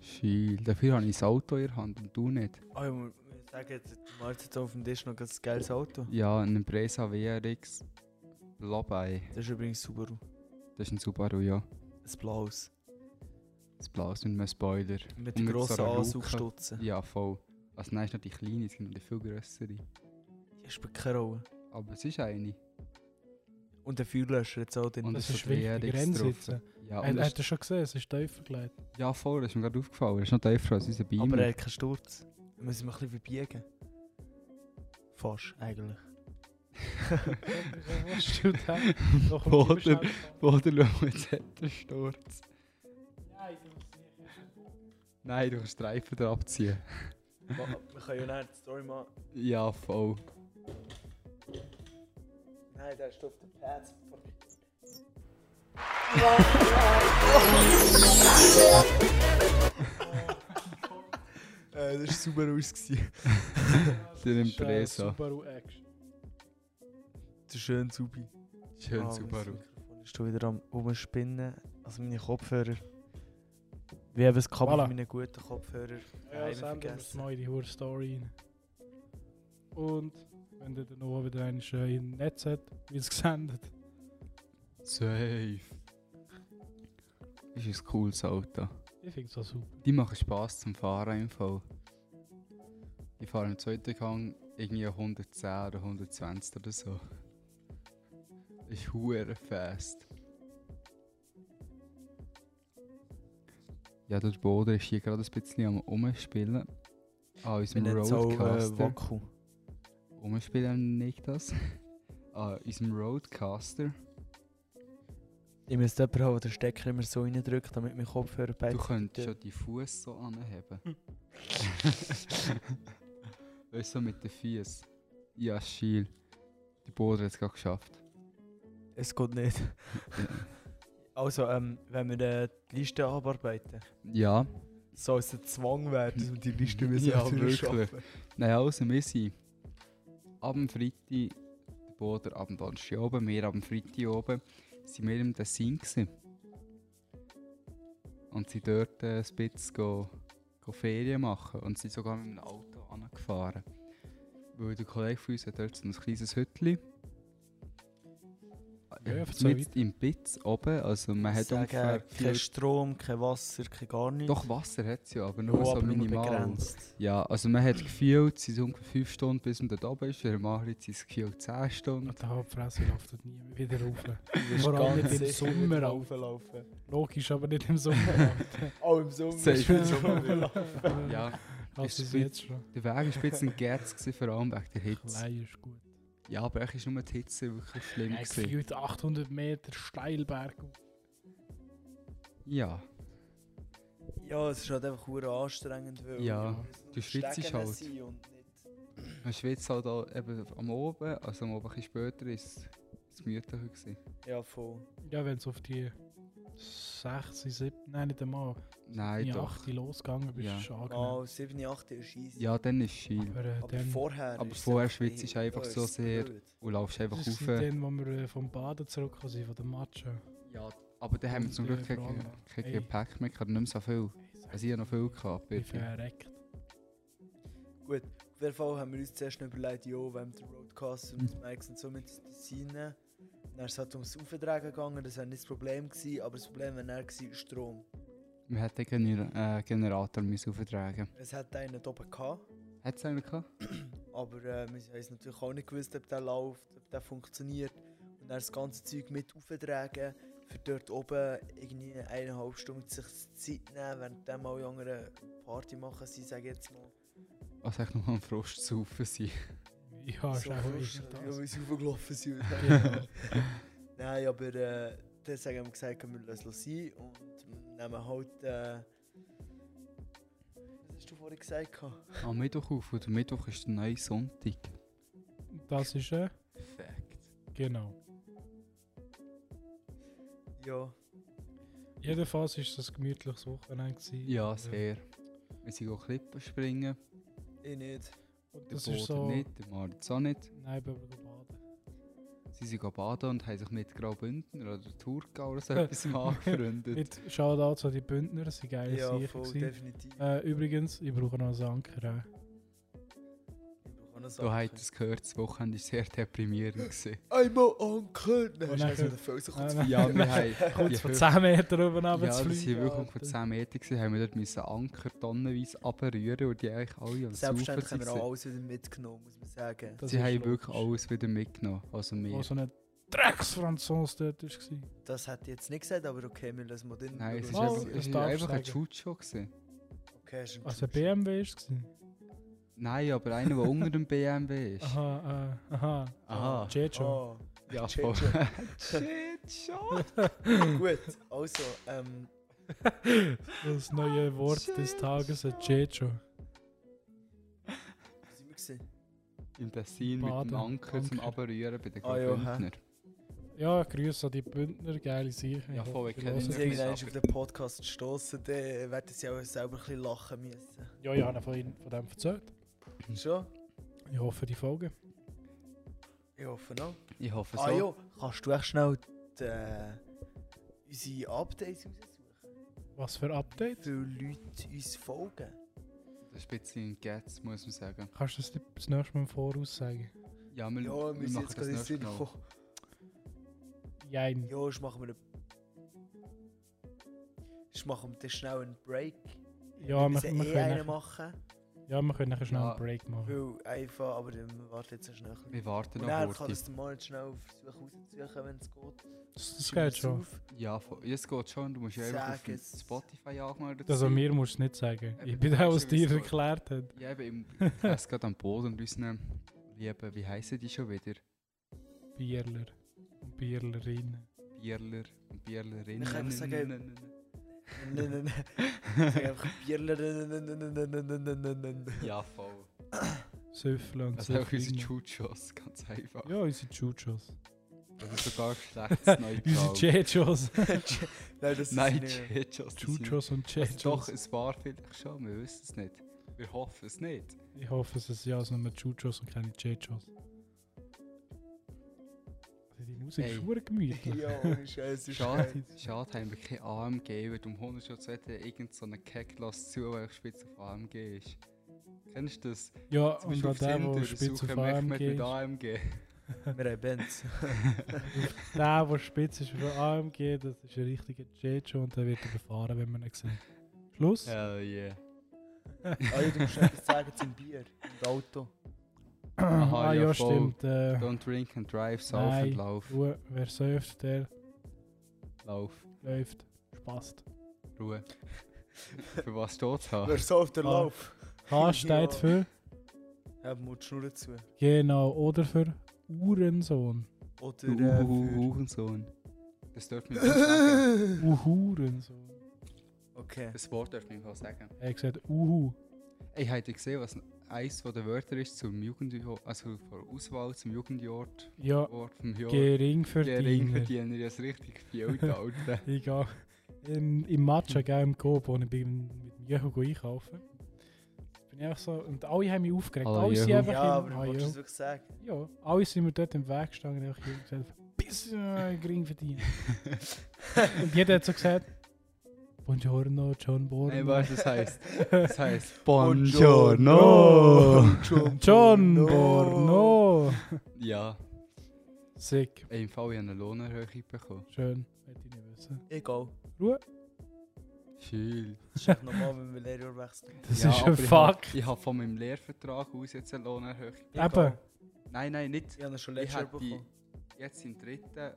Speaker 3: Schiel. Dafür habe ich das Auto in der Hand und du nicht.
Speaker 4: Oh, ich muss sagen, jetzt- Marz hat auf dem Tisch noch ein geiles Auto.
Speaker 3: Ja, ein Impreza WRX. Lobei.
Speaker 4: Das ist übrigens Subaru.
Speaker 3: Das ist ein Subaru, ja.
Speaker 4: Ein blaues.
Speaker 3: Das Blas mit einem Spoiler.
Speaker 4: Mit
Speaker 3: Und
Speaker 4: den
Speaker 3: mit so
Speaker 4: grossen
Speaker 3: einer Luke.
Speaker 4: Ansaugstutzen.
Speaker 3: Ja, voll. Also nein, ist nicht die kleine, es gibt noch die viel grössere.
Speaker 4: Das spielt keine Rolle.
Speaker 3: Aber es ist eine.
Speaker 4: Und der Feuerlöscher jetzt auch den...
Speaker 3: Und
Speaker 2: Das
Speaker 3: es
Speaker 2: ist
Speaker 3: hat
Speaker 2: wichtig,
Speaker 3: WRX
Speaker 2: Rennsitzen.
Speaker 3: drauf. Ja,
Speaker 2: Hat
Speaker 3: und es
Speaker 2: hast du schon gesehen, es ist tiefer gelegt.
Speaker 3: ist, ja, voll, das ist mir gerade aufgefallen. Es ist noch tiefer als unser Beamer.
Speaker 4: Aber er hat keinen Sturz. Ich muss ihn mal ein bisschen verbiegen. Fast, eigentlich.
Speaker 2: Was du da? Doch, komm,
Speaker 3: Boden,
Speaker 2: gib mir schnell-
Speaker 3: Boden, schau, jetzt hat er Sturz.
Speaker 2: Nein, du musst nicht.
Speaker 3: Nein, du kannst Streifen da abziehen.
Speaker 4: Wir können ja nicht die Story machen.
Speaker 3: Ja, voll.
Speaker 4: Nein, der ist auf den Pads. äh, das war Subaru. gewesen.
Speaker 3: Den
Speaker 2: Das ist, äh,
Speaker 3: Impreza.
Speaker 2: Subaru Action.
Speaker 4: Der schöne Subi.
Speaker 3: Schön
Speaker 4: Ah,
Speaker 3: Subaru.
Speaker 4: mein Mikrofon ist schon wieder am rumspinnen. Also meine Kopfhörer. Wie eben das Kabel
Speaker 2: Voilà.
Speaker 4: von meinen guten Kopfhörer.
Speaker 2: Ja, das
Speaker 4: Nein,
Speaker 2: haben wir es
Speaker 4: vergessen.
Speaker 2: mal in die hohe Story rein. Und wenn der dann oben wieder einen schönen Netz hat, wie es gesendet.
Speaker 3: Safe. Ist ein cooles Auto.
Speaker 2: Ich finde es auch super.
Speaker 3: Die machen Spass zum Fahren im Fall. Die fahren im zweiten Gang irgendwie 110 oder 120 oder so. Ist hure fast. Ja, der Boden ist hier gerade ein bisschen am Umspielen. An
Speaker 4: Wir
Speaker 3: unserem
Speaker 4: nennen es auch äh,
Speaker 3: Roadcaster.
Speaker 4: Waku.
Speaker 3: Umspielen nicht das. An unserem Roadcaster.
Speaker 4: Ich müsste jemanden haben, der den Stecker immer so reindrückt, damit mein Kopfhörer bei
Speaker 3: Du könntest schon die Fuß so anheben. weißt du, so mit den Füßen. Ja, schiel. Der Boden hat es gerade geschafft.
Speaker 4: Es geht nicht. also, ähm, wenn wir äh, die Liste abarbeiten,
Speaker 3: Ja.
Speaker 4: soll es ein Zwang werden, dass wir die Liste müssen
Speaker 3: Ja,
Speaker 4: natürlich
Speaker 3: wirklich.
Speaker 4: schaffen.
Speaker 3: Naja, also wir sind ab dem Freitag, der Boden ab dem Donnerstag oben, wir ab dem Freitag oben, sind wir im Tessin gewesen. Und sind dort äh, ein bisschen go, go Ferien machen und sind sogar mit einem Auto angefahren. Weil der Kollege von uns hat dort so ein kleines Hütchen.
Speaker 2: Ja,
Speaker 3: Äh,
Speaker 2: erzähl
Speaker 3: mit im Bitz oben, also man
Speaker 4: Ich
Speaker 3: hat
Speaker 4: sage,
Speaker 3: ungefähr...
Speaker 4: kein Strom, kein Wasser, kein gar nichts.
Speaker 3: Doch Wasser hat es ja, aber
Speaker 4: nur,
Speaker 3: nur so
Speaker 4: aber nur
Speaker 3: minimal.
Speaker 4: begrenzt.
Speaker 3: Ja, also man hat gefühlt, es sind ungefähr 5 Stunden, bis man dort oben ist. Für den Marit sind es gefühlt 10 Stunden.
Speaker 2: Und der Hauptfresse läuft dort nie wieder rauf.
Speaker 4: Du
Speaker 2: Vor allem nicht
Speaker 4: ganz
Speaker 2: im
Speaker 4: sicher
Speaker 2: Sommer,
Speaker 4: wieder
Speaker 2: Alter.
Speaker 4: hochlaufen.
Speaker 2: Logisch, aber nicht im Sommer. Alter.
Speaker 4: Auch im Sommer.
Speaker 3: Safe.
Speaker 4: ist es Sommer wieder laufen.
Speaker 3: Ja,
Speaker 2: Das
Speaker 3: Ist
Speaker 2: ist
Speaker 3: fit.
Speaker 2: jetzt Also, schon.
Speaker 3: der Weg war ein bisschen gerz, gewesen, vor allem wegen der Hitze.
Speaker 2: Klein ist gut.
Speaker 3: Ja, aber eigentlich war nur die Hitze wirklich schlimm.
Speaker 2: Ja,
Speaker 3: Gewesen.
Speaker 2: Gefühlt 800 Meter Steilberg.
Speaker 3: Ja,
Speaker 4: Ja, es ist halt einfach hure anstrengend, weil
Speaker 3: Ja,
Speaker 4: es nur
Speaker 3: du schwitzt
Speaker 4: Stegen
Speaker 3: halt.
Speaker 4: sind und nicht-
Speaker 3: man schwitzt halt auch eben am Oben, also am Oben ein bisschen später ist es- ist es gemütlicher. Gewesen.
Speaker 4: Ja, voll.
Speaker 2: Ja, wenn es auf die 6, 7, nein, nicht einmal,
Speaker 3: Nein,
Speaker 2: die
Speaker 3: doch.
Speaker 2: 8 losgegangen bist,
Speaker 3: Ja.
Speaker 2: ist schon angenehm.
Speaker 4: Mal 7, 8 Ah, ist easy.
Speaker 3: Ah, genau. Ja, dann ist es schiel.
Speaker 2: Aber, äh,
Speaker 4: aber
Speaker 2: dann,
Speaker 4: vorher.
Speaker 3: aber
Speaker 4: ist es
Speaker 3: vorher
Speaker 4: einfach
Speaker 3: schwitzt ist
Speaker 4: eh-
Speaker 3: einfach
Speaker 4: ja,
Speaker 3: so
Speaker 4: ist
Speaker 3: sehr-
Speaker 4: blöd.
Speaker 3: Und laufst einfach
Speaker 2: das ist
Speaker 3: rauf.
Speaker 2: dann, wo wir äh, vom Baden zurückgekommen sind, von der Matcha.
Speaker 3: Ja, aber dann haben wir zum
Speaker 2: Und, äh,
Speaker 3: Glück kein,
Speaker 2: Brand.
Speaker 3: kein
Speaker 2: Ey.
Speaker 3: Gepäck mehr, gehabt, nicht mehr so viel. Also ich habe noch viel gehabt,
Speaker 2: Ich bin
Speaker 3: bitte.
Speaker 2: verreckt.
Speaker 4: Auf jeden Fall haben wir uns zuerst noch überlegt, ja, wenn der Roadcast und das Max und so mit sein. Dann ist es halt ums Auftragen gegangen, das war nicht das Problem, gewesen, aber das Problem war dann gewesen, Strom.
Speaker 3: Wir hätten einen äh, Generator müssen auftragen
Speaker 4: Es hat einen oben gehabt,
Speaker 3: müssen. Hat es einen gehabt?
Speaker 4: aber äh, wir haben es natürlich auch nicht gewusst, ob der läuft, ob der funktioniert. Und dann das ganze Zeug mit auftragen, für dort oben irgendwie eineinhalb Stunden sich Zeit nehmen, während dann mal die anderen Party machen, sie sagen jetzt mal.
Speaker 3: Also echt nur am Frost zu saufen sein.
Speaker 2: Ja, ist
Speaker 4: so
Speaker 2: einfach
Speaker 4: fast,
Speaker 2: immer
Speaker 4: ja,
Speaker 2: das.
Speaker 4: weil sie raufgelaufen sind. und dann- Nein, aber äh, deswegen haben wir gesagt, wir lassen es sein und nehmen halt. Äh, was hast du vorhin gesagt? gehabt?
Speaker 3: Am Mittwoch auf und am Mittwoch ist der neue Sonntag.
Speaker 2: Das ist äh,
Speaker 3: Perfekt.
Speaker 2: genau.
Speaker 4: Ja,
Speaker 2: Jedenfalls war es ein gemütliches Wochenende. Gewesen.
Speaker 3: Ja,
Speaker 2: Äh,
Speaker 3: sehr. Wir sind auch Klippen springen.
Speaker 4: ich nicht.
Speaker 2: Und
Speaker 3: Der
Speaker 2: das
Speaker 3: Boden
Speaker 2: ist so.
Speaker 3: nicht, der Maritz auch nicht.
Speaker 2: Nein, ich bin aber baden.
Speaker 3: Sie sind baden und haben sich mit Graubündner oder Thurgau oder so etwas mal angefreundet.
Speaker 2: Jetzt schaut an zu die Bündner, sie geil
Speaker 4: ja,
Speaker 2: ja,
Speaker 4: voll,
Speaker 2: sind.
Speaker 4: definitiv.
Speaker 2: Äh, übrigens, ich brauche noch einen Anker. Äh.
Speaker 4: Ich brauche auch noch
Speaker 3: Du
Speaker 4: Sachen.
Speaker 3: hast es gehört, das Wochenende war sehr deprimierend. gewesen.
Speaker 4: Einmal Onkel! Nein,
Speaker 2: Und
Speaker 3: Oh,
Speaker 4: hast du also
Speaker 2: dann-
Speaker 4: den Felsen
Speaker 3: Ah,
Speaker 2: Nein,
Speaker 4: kurz
Speaker 2: nein.
Speaker 3: Ja, wir haben...
Speaker 2: Kurz
Speaker 3: ja,
Speaker 2: von
Speaker 3: wirklich-
Speaker 2: 10 Meter oben
Speaker 3: Ja,
Speaker 2: runter
Speaker 3: das
Speaker 2: zu
Speaker 3: sind
Speaker 2: fliegen,
Speaker 3: wirklich von
Speaker 2: Alter.
Speaker 3: 10 Meter, gewesen, haben wir dort müssen Anker tonnenweise abrühren und die eigentlich alle am Saufen
Speaker 4: Selbstverständlich haben wir
Speaker 3: sind.
Speaker 4: auch alles wieder mitgenommen, muss man sagen.
Speaker 2: Das
Speaker 3: Sie
Speaker 2: ist
Speaker 3: haben wirklich
Speaker 2: logisch.
Speaker 3: alles wieder mitgenommen. Also
Speaker 2: Wo
Speaker 3: wir.
Speaker 2: so ein Drecksfranzos dort war.
Speaker 4: Das hätte ich jetzt nicht gesagt, aber okay, wir lassen mal den.
Speaker 3: Nein, es
Speaker 2: Oh,
Speaker 3: war
Speaker 2: das
Speaker 3: einfach,
Speaker 2: darfst
Speaker 3: einfach
Speaker 2: du sagen.
Speaker 3: ein Chucho. gewesen.
Speaker 4: Okay, ist ein
Speaker 2: Also ein
Speaker 4: Job.
Speaker 2: BMW war es.
Speaker 3: Nein, aber einer, der unter dem BMW ist.
Speaker 2: Aha, äh, aha.
Speaker 3: Aha.
Speaker 2: Checho.
Speaker 4: Ah.
Speaker 3: Ja,
Speaker 4: Checho.
Speaker 3: voll. Chicho.
Speaker 4: Gut, also, ähm,
Speaker 2: Das neue Wort des Tages, äh, ein Checho.
Speaker 4: wo sind wir gesehen?
Speaker 3: Im Tessin mit
Speaker 2: Baden.
Speaker 3: dem Anker zum
Speaker 2: Anker.
Speaker 3: Abrühren bei den
Speaker 4: Ah, ja, hä?
Speaker 3: Bündner.
Speaker 2: Ja, Grüße an die Bündner, geile Sicher.
Speaker 3: Ja, voll, ich
Speaker 4: Wenn
Speaker 3: kenn's.
Speaker 4: sie irgendwann
Speaker 3: Ja, aber-
Speaker 4: auf den Podcast stoßen, dann werden sie auch selber ein bisschen lachen müssen.
Speaker 2: Ja, ich habe von, ihnen- von dem erzählt.
Speaker 3: Hm.
Speaker 4: Schon?
Speaker 2: Ich hoffe, die Folge.
Speaker 4: Ich hoffe noch.
Speaker 3: Ich hoffe so.
Speaker 4: Ah ja, kannst du echt schnell die, äh, unsere Updates raussuchen?
Speaker 2: Was für Update?
Speaker 4: Viele Leute uns folgen.
Speaker 3: Das ist ein bisschen Gats, muss man sagen.
Speaker 2: Kannst du das nicht das nächste Mal im Voraus sagen?
Speaker 3: Ja, wir,
Speaker 4: Ja, wir
Speaker 3: wir
Speaker 4: sind
Speaker 3: machen
Speaker 4: jetzt
Speaker 3: das
Speaker 4: gerade ins
Speaker 3: nächste
Speaker 4: Sinn
Speaker 3: Mal.
Speaker 4: gekommen.
Speaker 2: Jein.
Speaker 4: Ja, das machen wir einen... Das machen wir dann schnell einen Break.
Speaker 2: Ja, wir,
Speaker 4: müssen
Speaker 2: wir
Speaker 4: eh einen
Speaker 2: können.
Speaker 4: machen.
Speaker 2: Ja, wir können nachher schnell
Speaker 3: Ja.
Speaker 2: einen Break machen.
Speaker 4: Weil einfach, aber wir warten jetzt erst noch ein bisschen.
Speaker 3: Wir warten
Speaker 4: Und dann
Speaker 3: noch
Speaker 4: kann das
Speaker 3: kurz.
Speaker 4: der Mann jetzt schnell versuchen rauszusuchen, wenn es geht.
Speaker 2: Das, das geht schon.
Speaker 4: Auf.
Speaker 3: Ja, vo- jetzt geht schon. Du musst ja
Speaker 4: Sag
Speaker 3: einfach auf dem
Speaker 4: es.
Speaker 3: Spotify angemeldet
Speaker 2: Also
Speaker 3: sein.
Speaker 2: mir musst du es nicht sagen.
Speaker 3: Eben,
Speaker 2: Ich
Speaker 3: du
Speaker 2: bin der,
Speaker 3: weißt
Speaker 2: was
Speaker 3: ja, wie
Speaker 2: dir
Speaker 3: es geht.
Speaker 2: erklärt hat.
Speaker 3: Ja, eben im Kreis gerade am Boden und unseren lieben, wie heissen die schon wieder?
Speaker 2: Bierler und Bierlerinnen.
Speaker 3: Bierler und Bierlerinnen.
Speaker 4: Ich kann einfach sagen- Nein, nein, nein. Ich sage
Speaker 3: sagen.
Speaker 4: einfach Bierler.
Speaker 3: ja, voll.
Speaker 2: Süffeln und
Speaker 3: Das ist Also auch unsere
Speaker 2: Süffeln.
Speaker 3: Chuchos, ganz einfach.
Speaker 2: Ja, unsere Chuchos.
Speaker 3: Das ist sogar schlechtes
Speaker 2: Unsere
Speaker 3: Neutral.
Speaker 2: Chechos.
Speaker 4: Nein, das
Speaker 3: Nein,
Speaker 4: ist nicht.
Speaker 3: Chuchos. das sind-
Speaker 2: äh, Chuchos und
Speaker 3: Also doch,
Speaker 2: Chechos.
Speaker 3: es war vielleicht schon, wir wissen es nicht. Wir hoffen es nicht.
Speaker 2: Ich hoffe, es ist ja also nur Chuchos und keine Chechos. Also Die Musik
Speaker 3: Hey.
Speaker 2: ist schwer gemütlich.
Speaker 4: Ja, ohne Scheiß. ist
Speaker 3: Schade,
Speaker 4: geil.
Speaker 3: schade haben wir kein AMG, weil du um 100 Schutz hätte irgend so einen Keck lassen zu, weil ich spitze auf AMG ist. Kennst du das?
Speaker 2: Ja,
Speaker 3: Zum
Speaker 2: und
Speaker 3: Beispiel
Speaker 2: an
Speaker 3: auf
Speaker 2: dem,
Speaker 3: Tinder
Speaker 2: der spitz auf
Speaker 3: suchen
Speaker 2: AMG
Speaker 3: Mehmet mit
Speaker 2: ist.
Speaker 3: AMG.
Speaker 4: Wir haben Benz.
Speaker 2: Der, der spitz ist für AMG, das ist ein richtiger Checho und der wird überfahren, wenn man ihn sieht. Schluss?
Speaker 3: Hell yeah.
Speaker 4: Ah, ja, du musst etwas sagen zum Bier und Auto.
Speaker 2: ah, ja,
Speaker 3: ja, voll.
Speaker 2: stimmt. Äh,
Speaker 3: Don't drink and drive, sauf
Speaker 2: Nein.
Speaker 3: und lauf.
Speaker 2: Ruhe, wer säuft, der
Speaker 3: Lauf.
Speaker 2: läuft. Spaßt.
Speaker 3: Ruhe. Für was steht's da?
Speaker 4: Wer so auf der
Speaker 2: Ah.
Speaker 4: Lauf?
Speaker 2: H steht für
Speaker 4: Haben wir die Schnur zu.
Speaker 2: genau oder für Uhrensohn.
Speaker 4: Oder äh, für...
Speaker 3: Hurensohn. Das dürfen wir nicht sagen.
Speaker 2: Uhurensohn.
Speaker 4: Okay.
Speaker 3: Das Wort dürfen wir nicht sagen.
Speaker 2: Er hat gesagt Uhu.
Speaker 3: Ich hätte gesehen, was eins von den Wörter ist zum Jugendjahr, also von Auswahl zum Jugendjahr,
Speaker 2: Ja,
Speaker 3: Wort vom Jahr.
Speaker 2: geringverdiener.
Speaker 3: Geringverdiener, das richtig viel, der Alte.
Speaker 2: Egal. Im, im Matcha, gell, im Coop, wo ich bin, mit dem Jehu einkaufen bin. ich einfach so, und alle haben mich aufgeregt.
Speaker 3: Hallo,
Speaker 2: alle sind
Speaker 3: Jehu.
Speaker 2: einfach
Speaker 4: Ja, aber
Speaker 2: im,
Speaker 4: du
Speaker 2: Ah,
Speaker 4: wolltest
Speaker 2: ja.
Speaker 4: es wirklich sagen.
Speaker 2: Ja, alle sind mir dort im Weg gestanden und ich habe gesagt, bisschen äh, gering verdienen. und jeder hat so gesagt, Buongiorno, John Born.
Speaker 3: Nein, weißt du, das heisst? Das heisst
Speaker 2: Buongiorno.
Speaker 4: Buongiorno.
Speaker 2: John Borno!
Speaker 3: Ja,
Speaker 2: Sick,
Speaker 3: im Fall ich habe eine Lohnerhöhung bekommen.
Speaker 2: schön, hätte ich nicht wissen.
Speaker 4: Egal.
Speaker 3: Schön.
Speaker 4: Das ist echt normal, wenn wir Lehrjahr wechseln.
Speaker 2: Das
Speaker 3: Ja,
Speaker 2: ist
Speaker 3: aber
Speaker 2: ein Fuck.
Speaker 3: Ich habe, ich habe von meinem Lehrvertrag aus jetzt eine Lohnerhöhung.
Speaker 4: Egal.
Speaker 2: Eben.
Speaker 3: Nein, nein, nicht.
Speaker 4: Ich habe schon
Speaker 3: Ich
Speaker 4: letztes Jahr
Speaker 3: hätte die-
Speaker 4: bekommen.
Speaker 3: Jetzt im dritten äh,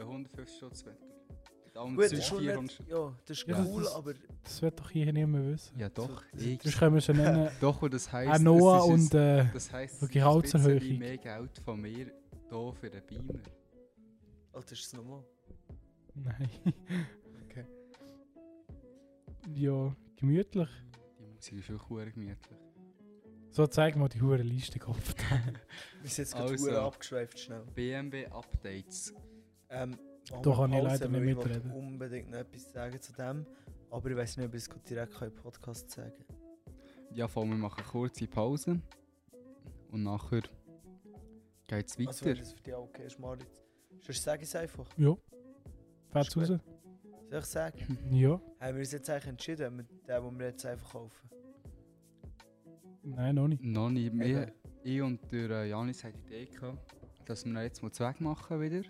Speaker 3: 150 Schutz
Speaker 4: Gut, das ist schon nicht...
Speaker 3: Schutz.
Speaker 4: Ja, das ist
Speaker 2: Ja, das
Speaker 4: cool,
Speaker 2: ist-
Speaker 4: aber...
Speaker 2: Das wird doch hier niemand wissen.
Speaker 3: Ja, doch.
Speaker 4: Das-
Speaker 3: Ich.
Speaker 2: Sonst können wir schon nennen,
Speaker 3: Doch, und das heisst.
Speaker 2: auch
Speaker 3: es
Speaker 2: Noah
Speaker 3: ist ein-
Speaker 2: und äh, Eine
Speaker 3: Das heisst, es ist ein bisschen
Speaker 2: Gehaltserhöhung.
Speaker 3: mehr Geld von mir hier für den Beamer.
Speaker 4: Alter, Oh, ist es normal?
Speaker 2: nein.
Speaker 4: Okay.
Speaker 2: Ja, gemütlich.
Speaker 3: Die Musik ist wirklich verdammt gemütlich.
Speaker 2: So, zeig mal die hure Liste Kopf.
Speaker 4: Wir sind jetzt gerade
Speaker 3: Also.
Speaker 4: verdammt abgeschweift schnell.
Speaker 3: BMW Updates.
Speaker 4: Ähm, machen
Speaker 2: Da
Speaker 4: wir
Speaker 2: kann ich
Speaker 4: Pause,
Speaker 2: leider
Speaker 4: weil
Speaker 2: nicht
Speaker 4: ich wollte
Speaker 2: mitreden.
Speaker 4: unbedingt noch etwas sagen zu dem. Aber ich weiß nicht, ob ich es gut direkt im Podcast sagen kann.
Speaker 3: Ja, vor allem, wir machen eine kurze Pause. Und nachher geht
Speaker 4: Also,
Speaker 3: es
Speaker 4: wenn
Speaker 3: weiter.
Speaker 4: das für dich auch okay ist, Maritz. Sonst sage ich es einfach.
Speaker 2: ja. Fährt's
Speaker 4: Ist
Speaker 2: raus?
Speaker 4: gut. Soll ich sagen?
Speaker 2: Ja.
Speaker 4: Haben wir uns jetzt eigentlich entschieden, mit dem, den wir jetzt einfach kaufen?
Speaker 2: Nein, noch nicht.
Speaker 3: noch nicht mehr.
Speaker 4: Eben.
Speaker 3: Ich und der äh, Janis hatten die Idee, gehabt, dass wir ihn jetzt mal zu Weg machen wieder.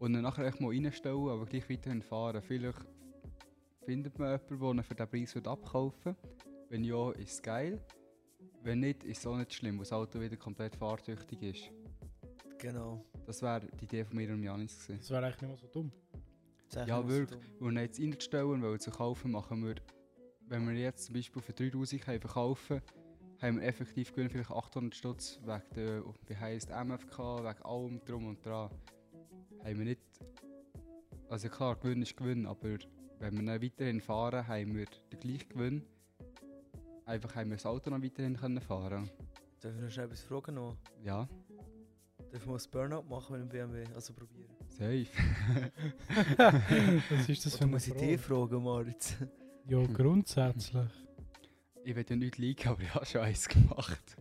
Speaker 3: Und dann nachher echt mal reinstellen, aber gleich weiterhin fahren. Vielleicht findet man jemanden, der ihn für diesen Preis wird abkaufen würde. Wenn ja, ist es geil. Wenn nicht, ist es auch nicht schlimm, weil das Auto wieder komplett fahrtüchtig ist.
Speaker 4: Genau.
Speaker 3: Das wäre die Idee von mir und Janis gewesen.
Speaker 2: Das wäre eigentlich nicht mal so dumm.
Speaker 4: Das ist eigentlich
Speaker 3: Ja,
Speaker 4: nicht so
Speaker 3: wirklich.
Speaker 4: dumm.
Speaker 3: Und ihn jetzt reinzustellen und wollen zu kaufen, machen wir, wenn wir jetzt zum Beispiel für 3000 haben verkaufen, haben wir effektiv gewinnen vielleicht 800 Stutz wegen der, wie heisst MFK, wegen allem drum und dran. Haben wir nicht, also klar, Gewinn ist Gewinn, aber wenn wir dann weiterhin fahren, haben wir den gleichen Gewinn. Einfach haben wir das Auto noch weiterhin können fahren
Speaker 4: Darf ich noch schnell etwas fragen? Noch?
Speaker 3: Ja,
Speaker 4: Darf man ein Burnout machen mit dem BMW? Also probieren.
Speaker 3: safe.
Speaker 2: Was ist das für
Speaker 4: Oder
Speaker 2: eine
Speaker 4: muss ich
Speaker 2: Frage?
Speaker 4: dich fragen, Maritz?
Speaker 2: Ja,
Speaker 3: Hm.
Speaker 2: grundsätzlich.
Speaker 3: Ich will ja nicht liegen, aber ich habe schon eins gemacht.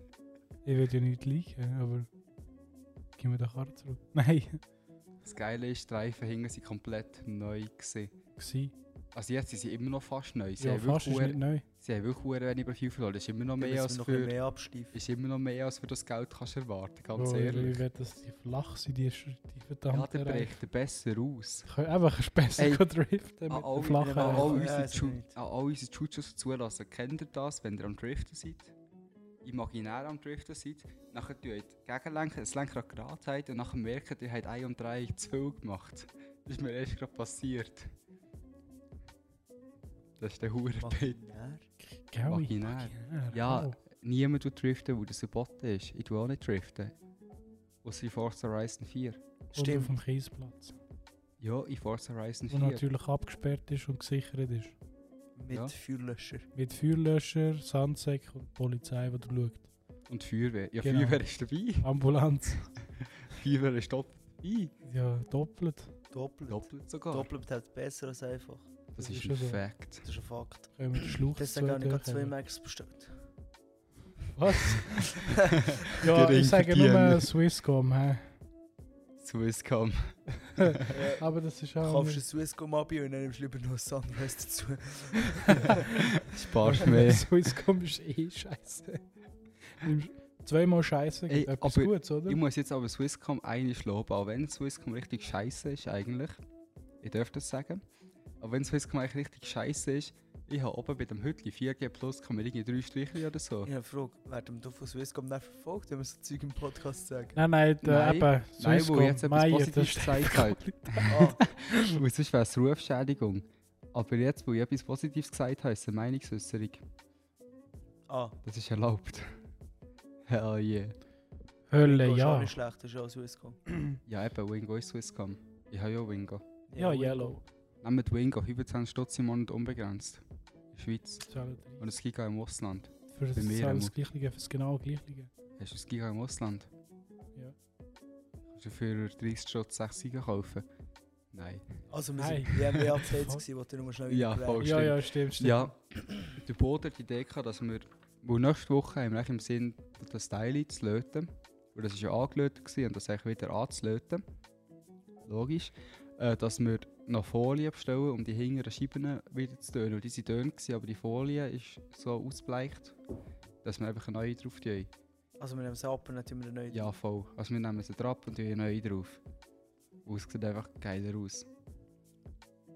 Speaker 2: Ich will ja nicht liegen, aber. Gib mir den Karren zurück. Nein.
Speaker 3: Das Geile ist, die Reifen hinten sind komplett neu. Gewesen.
Speaker 2: Gsi.
Speaker 3: Also jetzt sind sie immer noch fast neu. Sie
Speaker 2: Ja,
Speaker 3: haben
Speaker 2: fast
Speaker 3: wirklich
Speaker 2: ist
Speaker 3: hure-
Speaker 2: nicht neu.
Speaker 3: sie haben wirklich hure wenig Profil verloren. Das ist immer noch
Speaker 4: Dann müssen
Speaker 3: mehr,
Speaker 4: wir
Speaker 3: als
Speaker 4: noch ein bisschen
Speaker 3: für,
Speaker 4: mehr absteifen.
Speaker 3: ist immer noch mehr als für das Geld kannst du erwarten, ganz
Speaker 2: Ja, Ich
Speaker 3: ehrlich.
Speaker 2: will, dass die flach sind, die, Sch- die
Speaker 3: Ja,
Speaker 2: verdammte
Speaker 3: der
Speaker 2: Reihe.
Speaker 3: bricht besser aus.
Speaker 2: Ich kann einfach besser
Speaker 3: Ey, Ah,
Speaker 2: Ey, driften mit
Speaker 3: An all,
Speaker 2: der
Speaker 3: an
Speaker 2: flachen
Speaker 4: Reifen.
Speaker 3: all
Speaker 2: Reihe.
Speaker 4: Ja,
Speaker 3: unsere
Speaker 4: ist
Speaker 3: Chu-
Speaker 4: nicht.
Speaker 3: an all unsere Chuchos zulassen, kennt ihr das, wenn ihr am Driften seid? imaginär am Driften seid, nachher tut ihr die Gegenlenker, das Lenkrad gerade habt und nachher merkt ihr, ihr habt 1 und 3 zu viel gemacht. Das ist mir erst gerade passiert. Das ist der Hurenbild.
Speaker 4: Imaginär?
Speaker 2: Gell,
Speaker 3: Vaginär.
Speaker 2: vaginär,
Speaker 3: Ja.
Speaker 2: wow.
Speaker 3: Niemand tut driften, weil das verboten ist. Ich tue auch nicht driften. Außer in Forza Horizon 4.
Speaker 2: Oder auf
Speaker 4: Stimmt.
Speaker 2: dem Kiesplatz.
Speaker 3: Ja, in Forza Horizon
Speaker 2: Wo
Speaker 3: 4.
Speaker 2: natürlich abgesperrt ist und gesichert ist.
Speaker 4: Mit
Speaker 3: Ja.
Speaker 4: Feuerlöscher.
Speaker 2: Mit Feuerlöscher, Sandsäck und die Polizei, die da schaut.
Speaker 3: Und Feuerwehr. Ja,
Speaker 2: Genau.
Speaker 3: Feuerwehr ist dabei.
Speaker 2: Ambulanz.
Speaker 3: Feuerwehr ist top dabei.
Speaker 2: Ja, doppelt.
Speaker 4: Doppelt. Doppelt,
Speaker 3: Doppelt sogar.
Speaker 4: halt besser als einfach.
Speaker 3: Das
Speaker 2: Das
Speaker 3: ist
Speaker 2: ist
Speaker 3: ein
Speaker 2: schon so.
Speaker 3: Fact.
Speaker 4: Das ist ein Fakt.
Speaker 2: Können wir den Schluch
Speaker 4: Deswegen habe ich gerade zwei
Speaker 2: durchkommen.
Speaker 4: Max bestellt.
Speaker 2: Was? ja,
Speaker 3: Der
Speaker 2: ich sage nur
Speaker 3: Ringverdiener.
Speaker 2: Swisscom. He.
Speaker 3: Swisscom.
Speaker 2: Aber das ist
Speaker 4: Du
Speaker 2: auch.
Speaker 4: kaufst ein Swisscom-Abi und dann nimmst du lieber noch ein Sunrise dazu.
Speaker 3: Sparst mehr.
Speaker 2: Swisscom ist eh scheiße. Nimmst Zweimal scheiße,
Speaker 3: Ey,
Speaker 2: gibt etwas
Speaker 3: aber
Speaker 2: Gutes, oder?
Speaker 3: Ich muss jetzt aber Swisscom eine loben, auch wenn Swisscom richtig scheiße ist eigentlich. Ich darf das sagen. Aber wenn Swisscom eigentlich richtig scheiße ist, ich habe oben bei dem Hütli 4G Plus kann man irgendwie drei Striche oder so.
Speaker 4: Ich habe gefragt, werden wir von Swisscom nicht verfolgt, wenn wir so Zeug im Podcast sagen?
Speaker 2: Nein, nein, der,
Speaker 3: Nein.
Speaker 2: eben.
Speaker 3: Nein, wo
Speaker 2: Swisscom,
Speaker 3: ich jetzt etwas
Speaker 2: Meier,
Speaker 3: Positives
Speaker 2: das ist
Speaker 3: gesagt habe.
Speaker 4: Ah,
Speaker 3: Weil sonst wäre es Rufschädigung. Aber jetzt, wo ich etwas Positives gesagt habe, ist es eine Meinungsäußerung.
Speaker 4: ah.
Speaker 3: Das ist erlaubt. Hell yeah.
Speaker 2: Hölle,
Speaker 4: Das ist auch
Speaker 2: ja.
Speaker 4: nicht schlecht, das ist auch Swisscom.
Speaker 3: Ja, eben, Wingo ist Swisscom. Ich habe ja Wingo.
Speaker 2: Ja,
Speaker 4: Wingo.
Speaker 2: Yellow.
Speaker 3: Nehmt Wingo, 25 Stutz im Monat unbegrenzt. In der Schweiz. Und es Giga im Ausland.
Speaker 2: Für das,
Speaker 3: bei mir
Speaker 2: alles
Speaker 3: muss-
Speaker 2: Gleiche, für das genau Gleiche.
Speaker 3: Hast du ein Giga im Ausland?
Speaker 2: Ja.
Speaker 3: Kannst du für 30 Stutz 6 Giga kaufen? Nein.
Speaker 4: Also, wir
Speaker 2: Nein.
Speaker 4: sind ja mehr Updates gewesen, wo du nur schnell
Speaker 3: Ja,
Speaker 4: überlegen.
Speaker 3: voll. Oh,
Speaker 2: ja,
Speaker 3: stimmt.
Speaker 2: ja, stimmt, stimmt.
Speaker 3: Ja, der Boden hat die Idee gehabt, dass wir, weil nächste Woche haben wir eigentlich im Sinn, das Teil zu löten. Weil das war ja angelötet gewesen und das eigentlich wieder anzulöten. Logisch. Äh, dass wir noch Folie bestellen, um die hinteren Scheiben wieder zu tönen. Und die waren dünn, gewesen, aber die Folie ist so ausbleicht, dass wir einfach eine neue drauf tun.
Speaker 4: Also, wir nehmen es ab und dann tun wir eine neue.
Speaker 3: Ja, voll. Also wir nehmen sie ab und tun eine neue drauf. Und es sieht einfach geiler aus.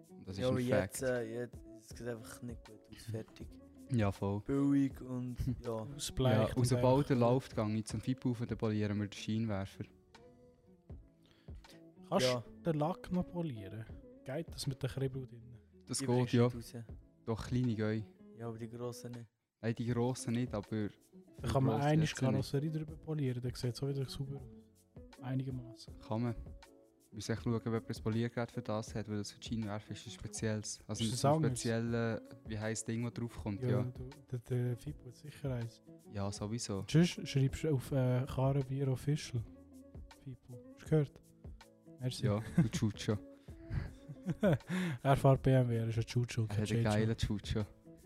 Speaker 3: Und das ist
Speaker 4: ja aber
Speaker 3: ein Fact.
Speaker 4: jetzt, äh, jetzt es sieht einfach nicht gut aus. Fertig.
Speaker 3: Ja, voll.
Speaker 4: Billig und ja.
Speaker 2: Ausbleicht.
Speaker 3: ja,
Speaker 2: und
Speaker 3: und sobald
Speaker 2: einfach-
Speaker 3: der läuft, gehe ich zum FIP auf und dann polieren wir den Scheinwerfer.
Speaker 2: Kannst
Speaker 4: ja,
Speaker 2: du den Lack noch polieren? Geht das mit der Kribbel drin?
Speaker 3: Das
Speaker 4: die
Speaker 3: geht
Speaker 4: bringst
Speaker 3: ja.
Speaker 4: nicht raus.
Speaker 3: Doch kleine Gäu.
Speaker 4: Ja, aber die grossen nicht.
Speaker 3: Nein, die grossen nicht, aber.
Speaker 2: Da kann man einmal
Speaker 3: gross wird's ja nicht.
Speaker 2: Karosserie drüber polieren, dann sieht es auch wieder sauber aus. Einigermaßen.
Speaker 3: Kann man. Wir müssen echt schauen, ob jemand ein Poliergerät für das hat, weil das für die Scheinwerfer ist ein spezielles. Also
Speaker 2: Ist
Speaker 3: ist
Speaker 2: das
Speaker 3: ein
Speaker 2: anders?
Speaker 3: spezielles, wie heisst das Ding, das draufkommt.
Speaker 2: Ja,
Speaker 3: Ja. ja.
Speaker 2: du- Der, der Fibo hat sicher eins.
Speaker 3: sowieso.
Speaker 2: Tschüss, schreibst du auf äh, Karabier Official. Fibo. Hast du gehört? Merci.
Speaker 3: Ja, du Chucho.
Speaker 2: er fährt BMW, er ist ein Chuchu.
Speaker 3: Er hat einen geilen Chucho.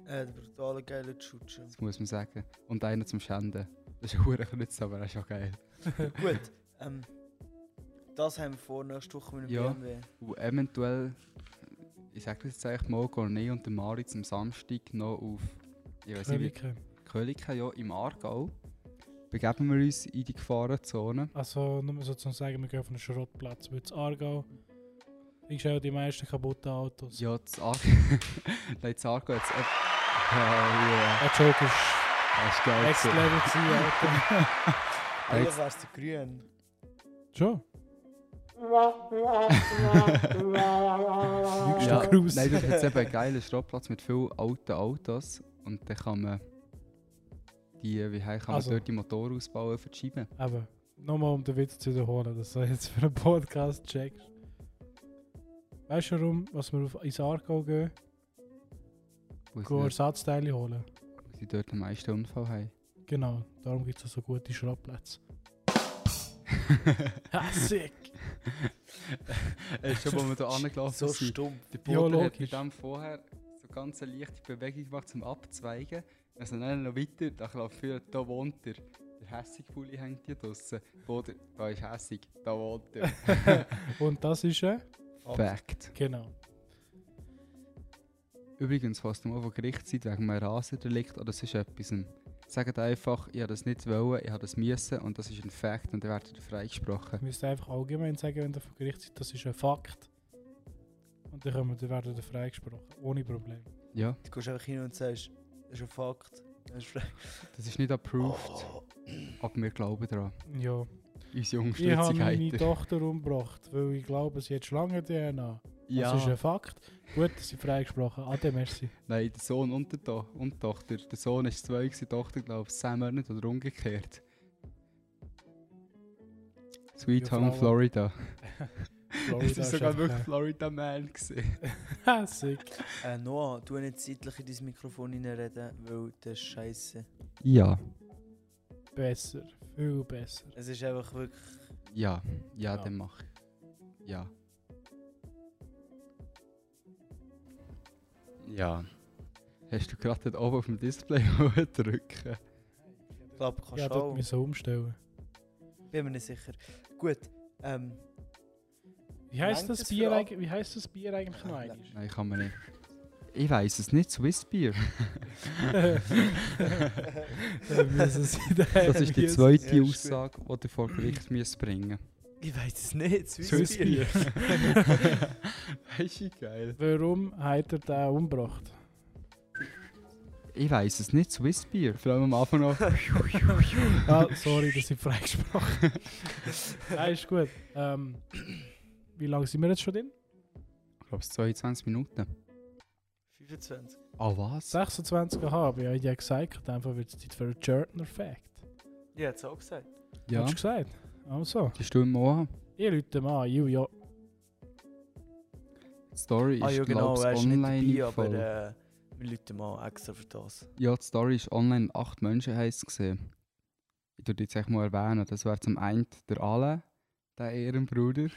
Speaker 4: Äh, der brutale geile Tschutschen.
Speaker 3: Das muss man sagen. Und einen zum Schänden. Das ist ein Hurenknitz, aber er ist auch geil.
Speaker 4: Gut, ähm, das haben wir vor, nächste Woche mit dem
Speaker 3: Ja.
Speaker 4: BMW.
Speaker 3: Und eventuell, ich sage das jetzt eigentlich mal, Corné und der Maritz am Samstag noch auf, ich weiß nicht,
Speaker 2: Kröllike.
Speaker 3: Köliken, ja, im Aargau. Begeben wir uns in die Gefahrenzone.
Speaker 2: Also, nur mal so zu sagen, wir gehen auf einen Schrottplatz, weil das Aargau ist auch die meisten kaputten Autos.
Speaker 3: Ja, das Aargau. Nein, das Aargau jetzt. Äh, yeah.
Speaker 2: Der Ah, Joke ist
Speaker 3: Das ist geil.
Speaker 2: next
Speaker 3: gewesen.
Speaker 2: level gewesen, Alter.
Speaker 4: Eigentlich wär's der Grün.
Speaker 2: Schon?
Speaker 3: ja,
Speaker 2: Stück raus.
Speaker 3: nein, das ist jetzt eben ein geiler Schrottplatz mit vielen alten Autos. Und dann kann man, die, wie heißt, kann man
Speaker 2: Also.
Speaker 3: dort die Motoren ausbauen für die Scheiben.
Speaker 2: Aber nochmal um den Witz zu wiederholen, dass du jetzt für einen Podcast checkst. Weißt du warum, was wir auf ins Aargau gehen?
Speaker 3: Wo
Speaker 2: Gehen
Speaker 3: sie,
Speaker 2: Ersatzteile holen.
Speaker 3: wo sie dort den meisten Unfall haben.
Speaker 2: Genau, darum gibt es so gute Schrottplätze. Ha, sick!
Speaker 3: Äh, schon, wo wir da angelaufen
Speaker 4: So
Speaker 3: sind.
Speaker 4: stumpf.
Speaker 3: Der
Speaker 2: Ja,
Speaker 3: Boden hat
Speaker 2: logisch.
Speaker 3: mit dem vorher so ganz eine leichte Bewegung gemacht zum Abzweigen. Also dann noch weiter, da läuft viel, da wohnt er. Der Hässigpulli hängt hier draussen. Boden, da ist hässig, da wohnt er.
Speaker 2: Und das ist er?
Speaker 3: Fact.
Speaker 2: Genau.
Speaker 3: Übrigens, falls du mal vor Gericht seid wegen einem Rasendelikt oder sonst etwas, sagt einfach, ich habe das nicht wollen, ich habe das müssen und das ist ein Fact und dann werdet ihr freigesprochen.
Speaker 2: Ich müsste einfach allgemein sagen, wenn ihr vor Gericht seid, das ist ein Fakt. Und dann, kommen, dann werden ihr freigesprochen, ohne Problem.
Speaker 3: Ja,
Speaker 4: Du gehst einfach hin und sagst, das ist ein Fakt. Entsprechend-
Speaker 3: Das ist nicht approved, aber wir glauben daran.
Speaker 2: Ja.
Speaker 3: Unsere
Speaker 2: Oh. Ich habe meine
Speaker 3: Unterstützung
Speaker 2: Tochter umgebracht, weil ich glaube, sie hat Schlangen-DNA.
Speaker 3: Ja,
Speaker 2: Das ist ein Fakt. Gut, dass sie freigesprochen. Ade, merci.
Speaker 3: nein, der Sohn und, der to und die Tochter. Der Sohn ist zwei, gewesen, die Tochter glaube ich zehn Monate oder umgekehrt. Sweet
Speaker 2: Ja,
Speaker 3: Home
Speaker 2: Frauen.
Speaker 3: Florida.
Speaker 2: Florida
Speaker 3: Es war sogar
Speaker 2: einfach
Speaker 3: wirklich Florida Man. Gewesen.
Speaker 2: ein- Sick.
Speaker 4: Äh, Noah, du nicht zeitlich in dein Mikrofon reinreden, weil das ist scheiße.
Speaker 3: Ja.
Speaker 2: Besser. Viel besser.
Speaker 4: Es ist einfach wirklich.
Speaker 3: Ja, ja,
Speaker 2: Ja.
Speaker 3: dann mach ich. Ja. Ja. Hast du gerade dort oben auf dem Display drücken?
Speaker 4: Ich glaube, kannst
Speaker 2: Ja,
Speaker 4: du auch.
Speaker 2: dort müssen wir umstellen.
Speaker 4: Bin mir nicht sicher. Gut. Ähm,
Speaker 2: Wie heisst
Speaker 4: Langt
Speaker 2: das
Speaker 4: es für
Speaker 2: Bier,
Speaker 4: alle?
Speaker 2: eigentlich- wie heisst das Bier eigentlich noch
Speaker 4: Ah, le-
Speaker 2: eigentlich?
Speaker 3: Nein, kann man nicht. Ich weiß es nicht, Swiss Beer.
Speaker 2: Dann müssen sie daher
Speaker 3: Das ist die
Speaker 2: müssen-
Speaker 3: zweite
Speaker 4: Ja, ist gut.
Speaker 3: Aussage, die du vor Gericht müsst bringen
Speaker 4: ich weiß es nicht.
Speaker 2: Swiss
Speaker 4: Swissbier.
Speaker 2: Bier.
Speaker 3: Weißt du, geil.
Speaker 2: Warum hat er den umgebracht?
Speaker 3: Ich weiß es nicht, Swiss Beer. Vor allem am Anfang noch.
Speaker 2: Ah, sorry, dass ich freigesprochen habe. Nein, ist gut. Ähm, wie lange sind wir jetzt schon drin?
Speaker 3: Ich glaube, 22 Minuten.
Speaker 4: 25.
Speaker 3: Ah, was?
Speaker 2: 26 habe ich habe ja gesagt, einfach wird es Zeit für einen Journal Fact.
Speaker 4: Ich hätte es auch gesagt.
Speaker 3: Ja.
Speaker 2: Hast du gesagt? Also,
Speaker 3: Die Stimme auch. an.
Speaker 2: ich rufe mal an, Ju, ja.
Speaker 3: Die Story ist,
Speaker 4: ah, ja, genau.
Speaker 3: glaub's,
Speaker 4: Er ist nicht
Speaker 3: online.
Speaker 4: dabei, aber
Speaker 3: voll.
Speaker 4: äh, wir Leute mal extra für das.
Speaker 3: Ja, die Story ist online acht Menschen heiß gesehen. Ich würde jetzt echt mal erwähnen, das wäre zum einen der Ale, der Ehrenbruder,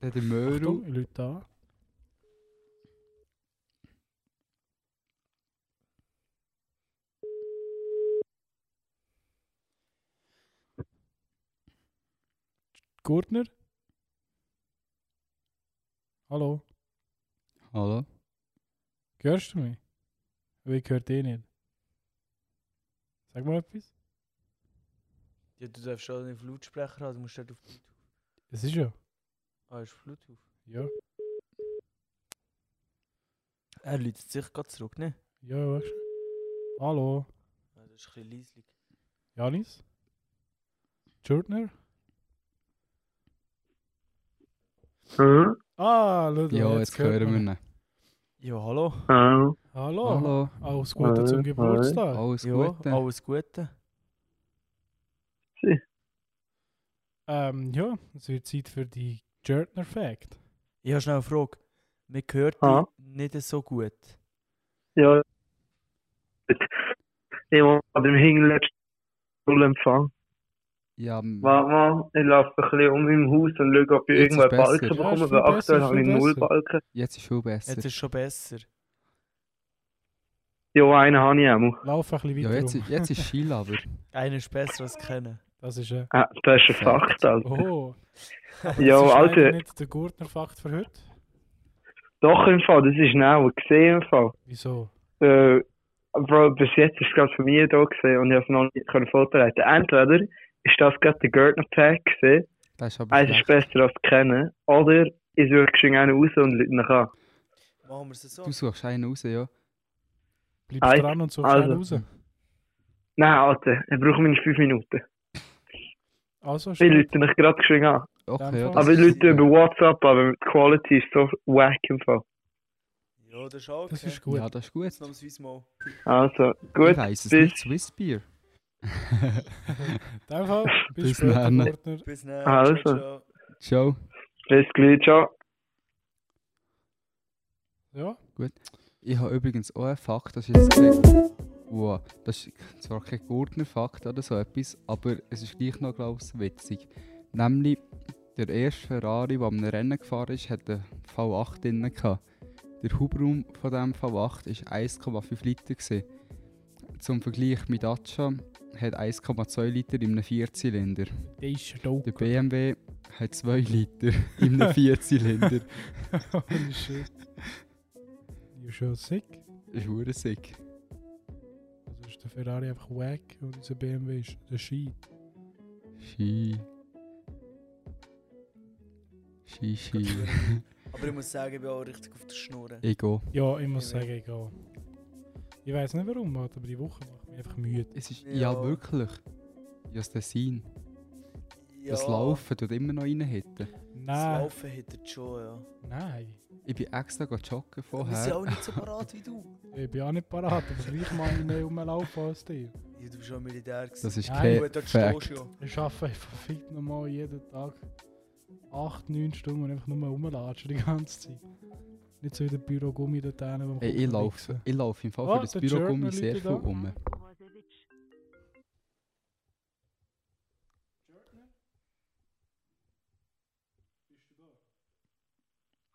Speaker 3: dann der Möru,
Speaker 2: Achtung, ich rufe an. Gurtner? Hallo,
Speaker 3: hallo,
Speaker 2: hörst du mich? Weil Ich höre dich nicht. Sag mal etwas.
Speaker 4: Ja, du darfst schon nicht auf Lautsprecher haben, du musst nicht auf Bluetooth.
Speaker 2: Es ist ja.
Speaker 4: Ah, ist Bluetooth.
Speaker 2: Ja,
Speaker 4: Er läutet sich gerade zurück, ne?
Speaker 2: ja, weißt du. Hallo,
Speaker 4: Ah, das ist ein bisschen leislich.
Speaker 2: Janis? Gurtner?
Speaker 5: Hm?
Speaker 2: Ah, schau,
Speaker 3: ja, jetzt
Speaker 2: hört
Speaker 3: hören
Speaker 2: man Oh.
Speaker 3: wir
Speaker 2: ihn.
Speaker 3: ihn.
Speaker 4: Ja, hallo.
Speaker 5: Hallo.
Speaker 2: Hallo.
Speaker 3: Hallo,
Speaker 2: Alles Gute zum
Speaker 5: Hi,
Speaker 2: Geburtstag.
Speaker 3: alles
Speaker 4: Ja,
Speaker 3: Gute.
Speaker 4: alles Gute.
Speaker 2: Ähm, ja, es wird Zeit für die Journal Fact.
Speaker 4: Ich habe schnell eine Frage. Man hört
Speaker 5: Ah.
Speaker 4: dich nicht so gut.
Speaker 5: Ja. Ich muss im hinterletzten Schulempfang.
Speaker 3: Ja, m-
Speaker 5: Warte mal, ich laufe ein bisschen um im Haus und schaue, ob ich
Speaker 3: Jetzt ist
Speaker 5: irgendwelche
Speaker 3: besser.
Speaker 5: Balken
Speaker 3: Ja,
Speaker 2: ist
Speaker 5: bekomme,
Speaker 2: viel
Speaker 5: weil aktuell
Speaker 2: besser,
Speaker 5: habe ich
Speaker 2: viel
Speaker 5: null
Speaker 2: besser.
Speaker 5: Balken.
Speaker 3: jetzt ist viel besser.
Speaker 4: Jetzt ist schon besser.
Speaker 5: Ja, einen habe ich auch.
Speaker 2: Lauf ein bisschen
Speaker 3: ja,
Speaker 2: weiter
Speaker 3: jetzt,
Speaker 2: rum.
Speaker 3: jetzt ist Schiel aber.
Speaker 4: Einer ist besser als kennen.
Speaker 2: Das ist ein...
Speaker 5: Ah, das ist ein Fakt, Alter.
Speaker 2: Oh. Aber
Speaker 5: Ja,
Speaker 2: das ist
Speaker 5: Alter.
Speaker 2: leider nicht der Gurtner-Fakt für heute.
Speaker 5: Doch, im Fall, das ist genau gesehen im Fall.
Speaker 2: Wieso?
Speaker 5: Äh, Bro, bis jetzt ist es gerade von mir da gesehen und ich habe es noch nicht können vorbereiten. Entweder ist das gerade der Gärtner Pack gesehen,
Speaker 3: Das ist aber
Speaker 5: eins ist
Speaker 3: schlecht.
Speaker 5: besser als kennen, oder ich suche schon einen raus und lüte ihn an.
Speaker 4: Machen wir es so?
Speaker 3: Du suchst einen raus, ja.
Speaker 2: Bleib
Speaker 5: Ei,
Speaker 2: dran und such
Speaker 5: also.
Speaker 2: also. schnell raus.
Speaker 5: Nein, Alter, ich brauche meine 5 Minuten.
Speaker 2: Also,
Speaker 5: Ich
Speaker 2: schnell.
Speaker 5: lüte mich gerade geschwind an.
Speaker 3: Okay, ja,
Speaker 2: Fall.
Speaker 3: das
Speaker 5: Aber ich
Speaker 3: ist
Speaker 5: lüte
Speaker 3: super.
Speaker 5: über WhatsApp, aber die Quality ist so wack im Fall.
Speaker 4: Ja, das ist auch okay.
Speaker 2: das ist gut.
Speaker 3: Ja, das ist gut.
Speaker 4: Jetzt noch ein süßes Mal.
Speaker 5: Also,
Speaker 3: Ich
Speaker 5: gut,
Speaker 3: weiß es
Speaker 5: bis-
Speaker 3: nicht, Swiss Beer.
Speaker 2: In dem Fall, bis
Speaker 3: Bis
Speaker 2: später,
Speaker 3: dann.
Speaker 2: Gurtner.
Speaker 4: Bis dann.
Speaker 5: Also.
Speaker 4: Ciao, ciao.
Speaker 3: Ciao.
Speaker 5: bis gleich, ciao.
Speaker 2: Ja,
Speaker 3: Ich habe übrigens auch einen Fakt, das ist jetzt kein, wow, das ist zwar kein guter Fakt oder so etwas, aber es ist gleich noch, glaube ich, witzig. Nämlich, der erste Ferrari, der am Rennen gefahren ist, hat einen V8 drin. Gehabt. Der Hubraum von diesem V8 war 1,5 Liter. Gewesen. Zum Vergleich mit Dacia hat 1,2 Liter in einem Vierzylinder.
Speaker 2: der ist ja dope.
Speaker 3: Der BMW hat 2 Liter in einem Vierzylinder.
Speaker 2: Holy shit. Ja, schon sick.
Speaker 3: Das ist hure sick.
Speaker 2: Also ist der Ferrari einfach wack und unser BMW ist der Shit.
Speaker 3: Ski. Ski, Ski.
Speaker 4: Aber ich muss sagen, ich bin auch richtig auf der Schnur.
Speaker 3: Ich gehe.
Speaker 2: Ja, ich muss
Speaker 4: Ja,
Speaker 2: sagen, ich gehe. Ich weiß nicht warum, Alter, aber die Woche macht mich einfach müde.
Speaker 3: Es ist, ja.
Speaker 4: Ja.
Speaker 3: wirklich. Ja, das Design. Das Laufen tut immer noch reinhitten.
Speaker 4: Das
Speaker 2: Nein,
Speaker 4: Laufen hätte schon, ja.
Speaker 2: nein.
Speaker 3: Ich bin extra go
Speaker 4: Wir
Speaker 3: joggen
Speaker 4: sind
Speaker 3: vorher.
Speaker 4: auch nicht so parat wie du.
Speaker 2: Ich bin auch nicht parat, aber gleich mal ich mehr rumlaufen als dir.
Speaker 4: Ja, du bist schon Militär. gewesen.
Speaker 3: Das ist
Speaker 2: Nein,
Speaker 3: kein
Speaker 4: Gut, dort stehst
Speaker 3: Fact.
Speaker 4: du ja.
Speaker 2: Ich arbeite einfach fit normal jeden Tag 8, 9 Stunden und einfach nur rumlatschen die ganze Zeit. Nicht so wie der Bürogummi dort hinten, wo man
Speaker 3: Ey, ich laufe ich lauf im Fall
Speaker 2: Oh,
Speaker 3: für das
Speaker 2: der
Speaker 3: Bürogummi
Speaker 2: Journal
Speaker 3: sehr
Speaker 2: läutet
Speaker 3: viel
Speaker 2: an.
Speaker 3: um.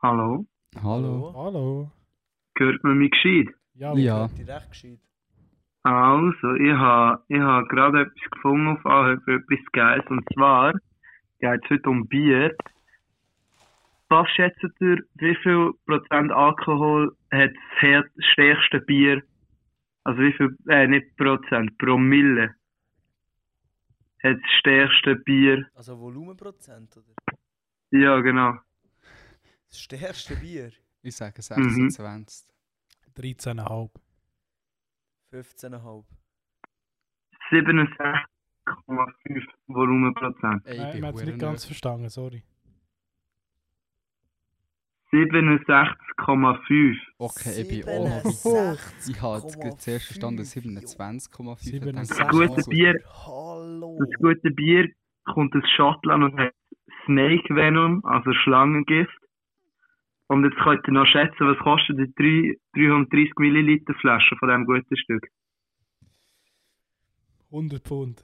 Speaker 5: Hallo?
Speaker 3: Hallo.
Speaker 2: Hallo?
Speaker 5: Hört man mich gescheit?
Speaker 2: Ja,
Speaker 3: Ja.
Speaker 4: Die recht gescheit.
Speaker 5: Also, ich habe ich ha gerade etwas gefunden auf Anhieb, etwas Geiles. Und zwar, ja, jetzt heute um Bier. Was schätzt ihr, wie viel Prozent Alkohol hat das her- stärkste Bier? Also wie viel, äh, nicht Prozent, Promille. Hat das stärkste Bier.
Speaker 4: Also Volumenprozent, oder?
Speaker 5: Ja, genau.
Speaker 4: Das stärkste Bier.
Speaker 3: Ich sage
Speaker 5: Mhm.
Speaker 3: 26.
Speaker 2: 13,5.
Speaker 4: 15,5.
Speaker 5: 67,5 Volumenprozent.
Speaker 3: Ey,
Speaker 2: Nein, ich
Speaker 3: ich bin
Speaker 2: habe es
Speaker 3: verdammt
Speaker 2: nicht ganz verstanden, sorry.
Speaker 5: 67,5.
Speaker 3: Okay, ich bin auch.
Speaker 4: 67,5.
Speaker 3: Ich habe jetzt gerade zuerst verstanden 27,5. und dann-
Speaker 2: 67.
Speaker 5: Gutes Bier
Speaker 4: Hallo.
Speaker 5: Das gute Bier kommt aus Schottland und heißt Snake Venom, also Schlangengift. Und jetzt könnt ihr noch schätzen, was kostet die drei- 330 Milliliter Flasche von diesem guten Stück.
Speaker 2: 100 Pfund.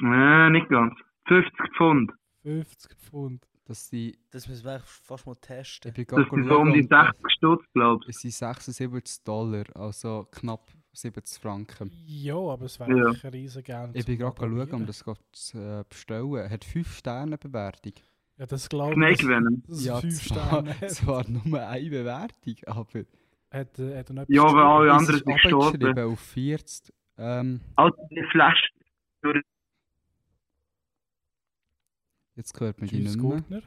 Speaker 5: Äh, nicht ganz. 50 Pfund.
Speaker 2: 50 Pfund.
Speaker 3: Das sind,
Speaker 4: Das müssen wir eigentlich fast mal
Speaker 3: ich
Speaker 4: testen.
Speaker 3: bin
Speaker 5: Das
Speaker 3: gerade
Speaker 5: sind so um die 60 Stutz, glaube ich.
Speaker 3: Es sind 76 Dollar, also knapp 70 Franken.
Speaker 2: Ja, aber es wäre
Speaker 5: Ja.
Speaker 2: ja. riesig gerne.
Speaker 3: Ich
Speaker 2: zum
Speaker 3: bin gerade schauen,
Speaker 2: Probieren.
Speaker 3: um das grad zu äh, bestellen. Hat 5 Sterne Bewertung.
Speaker 2: Ja, das glaube ich.
Speaker 5: Snake Venom.
Speaker 2: Das ja, 5
Speaker 3: zwar,
Speaker 2: Sterne. hat.
Speaker 3: zwar nur eine Bewertung, aber
Speaker 2: hat, äh, hat er noch
Speaker 5: Ja,
Speaker 2: etwas
Speaker 5: aber
Speaker 2: geschrieben?
Speaker 5: alle
Speaker 3: es
Speaker 5: anderen
Speaker 3: ist
Speaker 5: sind gestorben.
Speaker 3: abgeschrieben auf 40. Ähm,
Speaker 5: Also die Flasche.
Speaker 3: jetzt hört man die
Speaker 2: Tschüss,
Speaker 3: nicht mehr.
Speaker 2: Gurtner.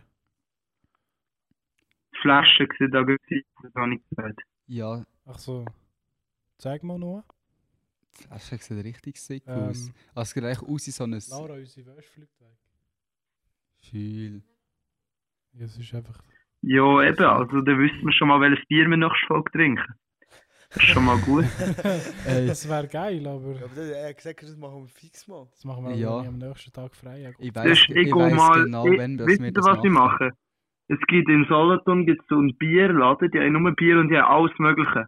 Speaker 5: Die Flasche sieht auch gut aus, das habe ich gesagt.
Speaker 3: Ja,
Speaker 2: Ach so. Zeig mal nur.
Speaker 3: die Flasche sieht richtig sick aus.
Speaker 2: Ähm,
Speaker 3: Also es geht eigentlich aus wie so ein
Speaker 2: Laura, unsere Wäsche fliegt weg.
Speaker 3: Gefühl.
Speaker 2: Ja, es ist einfach.
Speaker 5: Ja, eben, also dann wüssten wir schon mal, welches Bier wir noch Folge trinken. Das ist schon mal gut.
Speaker 3: Ey,
Speaker 2: Äh, Das wäre geil,
Speaker 4: Ja,
Speaker 2: aber
Speaker 4: aber das, er hat gesagt, das machen wir fix mal.
Speaker 2: das machen wir
Speaker 3: Ja.
Speaker 2: ja. am nächsten Tag frei. Ja, gut.
Speaker 3: ich
Speaker 5: Das
Speaker 3: weiß
Speaker 5: ist, ich
Speaker 3: ich
Speaker 5: gehe
Speaker 3: weiss
Speaker 5: mal,
Speaker 3: genau,
Speaker 5: ich,
Speaker 3: wenn
Speaker 5: wisst
Speaker 3: wir
Speaker 5: ihr,
Speaker 3: das
Speaker 5: was ich
Speaker 3: machen.
Speaker 5: mache? Es gibt in Solothurn gibt's so einen Bierladen, die haben nur Bier und die haben alles Mögliche.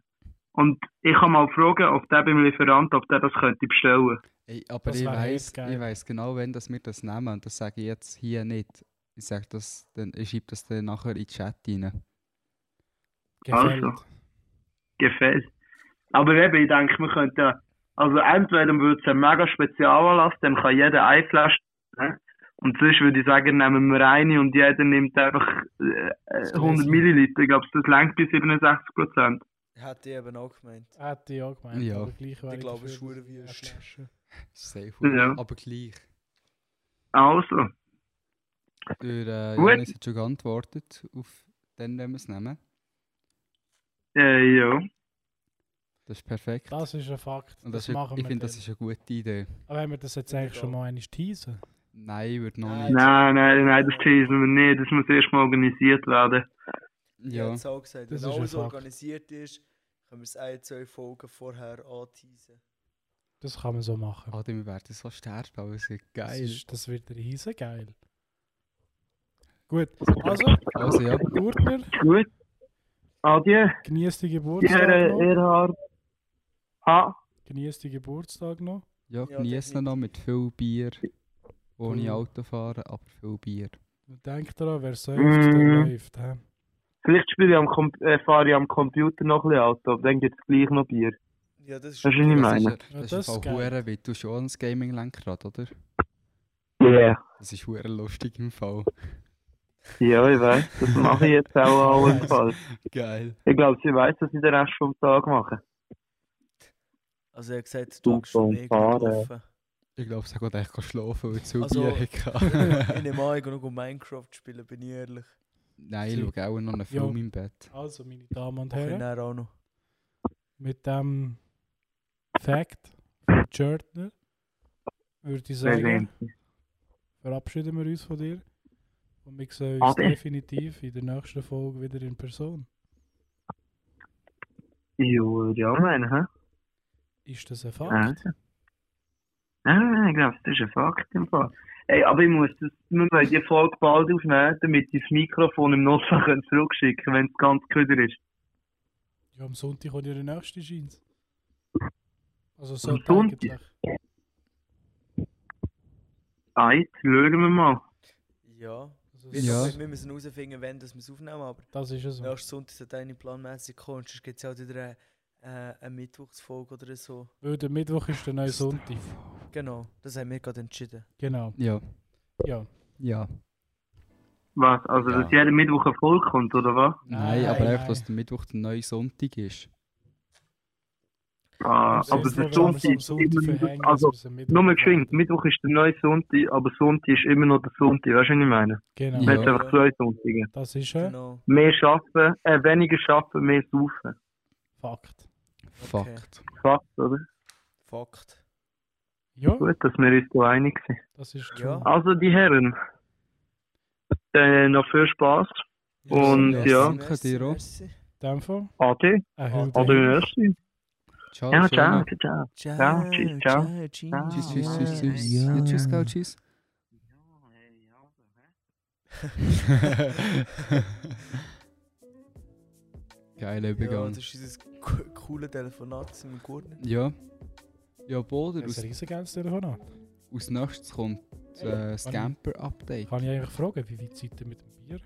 Speaker 5: Und ich kann mal fragen, ob der beim Lieferant, ob der das könnte bestellen.
Speaker 3: Ey, aber
Speaker 2: Das
Speaker 3: ich
Speaker 2: wär
Speaker 3: weiß,
Speaker 2: echt geil.
Speaker 3: ich weiß genau, wenn das wir das nehmen und das sage ich jetzt hier nicht. Ich sage das, dann ich schreibe das dann nachher in den Chat rein.
Speaker 2: Gefällt.
Speaker 5: Also. Gefällt. Aber eben, ich denke, wir könnten, also entweder würde es ein mega Spezialanlass, dann kann jeder eine Flasche nehmen. Und sonst würde ich sagen, nehmen wir eine und jeder nimmt einfach äh, äh, 100
Speaker 2: Gläschen.
Speaker 5: Milliliter. Ich glaube, das lenkt bis 67 Prozent.
Speaker 4: Hätte ich eben auch gemeint.
Speaker 2: Hätte ich auch gemeint.
Speaker 3: Ja.
Speaker 2: Aber gleich wäre
Speaker 4: Ich glaube, es ist
Speaker 2: dafür,
Speaker 4: hure
Speaker 2: dass
Speaker 4: wüst.
Speaker 2: eine Flasche-
Speaker 3: Safe.
Speaker 5: Ja.
Speaker 3: Aber gleich.
Speaker 5: Also,
Speaker 3: Durch äh,
Speaker 5: Gut.
Speaker 3: Janis hat schon geantwortet auf den, wenn wir es nehmen.
Speaker 5: äh, ja.
Speaker 3: Das ist perfekt.
Speaker 2: Das ist ein Fakt.
Speaker 3: und
Speaker 2: das
Speaker 3: das ist,
Speaker 2: machen
Speaker 3: ich
Speaker 2: wir.
Speaker 3: finde, das
Speaker 2: dann.
Speaker 3: ist eine gute Idee.
Speaker 2: aber wenn wir das jetzt eigentlich
Speaker 4: Ich
Speaker 2: schon
Speaker 4: auch.
Speaker 2: mal einmal teasen.
Speaker 3: Nein, wird noch
Speaker 4: Nein.
Speaker 3: nicht.
Speaker 5: Nein, nein, nein, das teasen wir nicht. Das muss erst mal organisiert werden.
Speaker 4: Ich
Speaker 3: Ja,
Speaker 4: hab's auch gesagt,
Speaker 2: Das
Speaker 4: wenn
Speaker 2: ist ein
Speaker 4: alles
Speaker 2: Fakt.
Speaker 4: organisiert ist, können wir es ein, zwei Folgen vorher anteasen.
Speaker 2: Das kann man so machen.
Speaker 3: Adam, Ah, wir werden so sterben, aber es wird
Speaker 2: Das,
Speaker 3: geil.
Speaker 2: ist, das wird riesen geil. Gut. Also,
Speaker 3: Also ja,
Speaker 2: Gurtner,
Speaker 5: Gut. Adieu,
Speaker 2: genießt die Geburtstag
Speaker 4: äh,
Speaker 5: Herr äh,
Speaker 2: noch.
Speaker 5: Erhard. Ha,
Speaker 2: Genießt die Geburtstag noch.
Speaker 3: ja
Speaker 4: Ja,
Speaker 3: genießen noch mit viel Bier. Ohne
Speaker 2: Cool.
Speaker 3: Auto fahren, aber viel Bier.
Speaker 2: Und denkt daran,
Speaker 4: Mm.
Speaker 2: wer säuft,
Speaker 5: Mhm.
Speaker 2: der läuft. hä?
Speaker 5: vielleicht spiele ich am Kom äh, fahre ich am Computer noch ein bisschen Auto, aber dann gibt es gleich noch Bier.
Speaker 4: Ja, das ist
Speaker 5: Das ist, was ich
Speaker 3: Das ist,
Speaker 5: meine.
Speaker 3: das
Speaker 2: Ja,
Speaker 3: ist
Speaker 2: das
Speaker 3: auch
Speaker 2: geht.
Speaker 3: hure wie du schon ein Gaming-Lenkrad, oder?
Speaker 5: Ja,
Speaker 3: Das ist hure lustig im Fall.
Speaker 5: ja, ich weiß. Das mache ich jetzt auch auf jeden Fall.
Speaker 3: Geil.
Speaker 5: Ich glaube, sie weiß, was ich den Rest vom Tag mache.
Speaker 4: Also er hat gesagt,
Speaker 5: Du
Speaker 4: du bist mega
Speaker 5: Bombare.
Speaker 4: getroffen.
Speaker 3: Ich glaube, sie geht eigentlich schlafen, weil zu
Speaker 4: Also-
Speaker 3: Bier
Speaker 4: ich
Speaker 3: hatte.
Speaker 4: nehme an, ich gehe noch Minecraft spielen, bin ich ehrlich.
Speaker 3: Nein, ich schaue auch noch einen
Speaker 2: Ja.
Speaker 3: Film im Bett.
Speaker 2: Also, meine Damen und
Speaker 4: Mach ich
Speaker 2: Herren,
Speaker 4: nachher auch noch.
Speaker 2: mit dem Fact von Jörtner würde ich sagen, verabschieden wir uns von dir. Und wir sehen uns
Speaker 5: Ade.
Speaker 2: definitiv in der nächsten Folge wieder in Person.
Speaker 5: Jo, würde ich auch meinen, hä?
Speaker 2: Ist das ein Fakt?
Speaker 5: Also. Nein, nein, ich glaube, das ist ein Fakt im Fall. Ey, aber ich muss das, wir müssen die Folge bald aufnehmen, damit ich das Mikrofon im Notfall können zurückschicken wenn es ganz köder ist.
Speaker 2: Ja, am Sonntag kommt ja der nächste Jeans. Also so
Speaker 5: Am Sonntag?
Speaker 2: eigentlich.
Speaker 5: Eins, schauen wir mal.
Speaker 4: Ja.
Speaker 2: Also,
Speaker 4: Wir,
Speaker 3: Ja.
Speaker 4: wir müssen herausfinden, wenn wir es aufnehmen, aber
Speaker 2: Das ist es. So.
Speaker 4: nächsten Sonntag sollte eine planmäßig kommen, sonst gibt es halt wieder eine, äh, eine Mittwochsfolge oder so.
Speaker 2: Weil der Mittwoch ist der neue Sonntag.
Speaker 4: Genau, das haben wir gerade entschieden.
Speaker 2: Genau.
Speaker 3: Ja,
Speaker 2: Ja.
Speaker 3: ja.
Speaker 5: Was? Also, dass
Speaker 3: Ja.
Speaker 5: jeder Mittwoch eine Folge kommt, oder was?
Speaker 3: Nein,
Speaker 2: Nein,
Speaker 3: aber
Speaker 2: nein.
Speaker 3: einfach, dass der Mittwoch der neue Sonntag ist.
Speaker 5: Ah,
Speaker 2: Am
Speaker 5: aber
Speaker 2: Sonntag,
Speaker 5: der
Speaker 2: wenn wir Also, es
Speaker 5: Sonntag
Speaker 2: am
Speaker 5: ist
Speaker 2: Sonntag
Speaker 5: immer
Speaker 2: verhängen,
Speaker 5: noch, also,
Speaker 2: dass wir es am Mittwoch
Speaker 5: nur mal geschwind,
Speaker 2: machen.
Speaker 5: Mittwoch ist der neue Sonntag, aber Sonntag ist immer noch der Sonntag, weißt du, was ich meine?
Speaker 2: Genau.
Speaker 5: Wir haben
Speaker 3: Ja.
Speaker 5: einfach zwei Sonntage.
Speaker 2: Das ist ein
Speaker 4: Genau.
Speaker 5: Mehr schaffen, äh, weniger schaffen, mehr saufen.
Speaker 2: Fakt.
Speaker 3: Fakt.
Speaker 5: Fakt, oder?
Speaker 4: Fakt.
Speaker 2: Ja,
Speaker 5: Gut, dass wir uns da einig sind.
Speaker 2: das ist
Speaker 4: Ja.
Speaker 2: true.
Speaker 5: Also, die Herren, äh, noch viel Spaß. Und
Speaker 3: Ja,
Speaker 5: ja.
Speaker 3: danke dir auch.
Speaker 4: merci.
Speaker 2: In dem Fall,
Speaker 5: Ade.
Speaker 2: ein
Speaker 4: Ade.
Speaker 2: Hilde.
Speaker 5: Ade, merci.
Speaker 3: Ciao,
Speaker 5: Ja, ciao,
Speaker 3: Fiona.
Speaker 5: ciao.
Speaker 4: Ciao,
Speaker 5: tschüss, ciao.
Speaker 4: ciao,
Speaker 3: Tschüss,
Speaker 5: Ah,
Speaker 3: tschüss, tschüss,
Speaker 5: ja.
Speaker 3: tschüss. Ja, tschüss, gell, tschüss. Geil,
Speaker 4: Ja, das
Speaker 3: Übergang.
Speaker 4: ist dieses co- coole Telefonat mit dem Gurner.
Speaker 3: Ja. Ja, Boder,
Speaker 2: Ein
Speaker 3: aus,
Speaker 2: riesiges Telefon an.
Speaker 3: aus nächstes kommt äh, das Camper-Update.
Speaker 2: Kann ich eigentlich fragen, wie weit seid ihr mit dem Bier?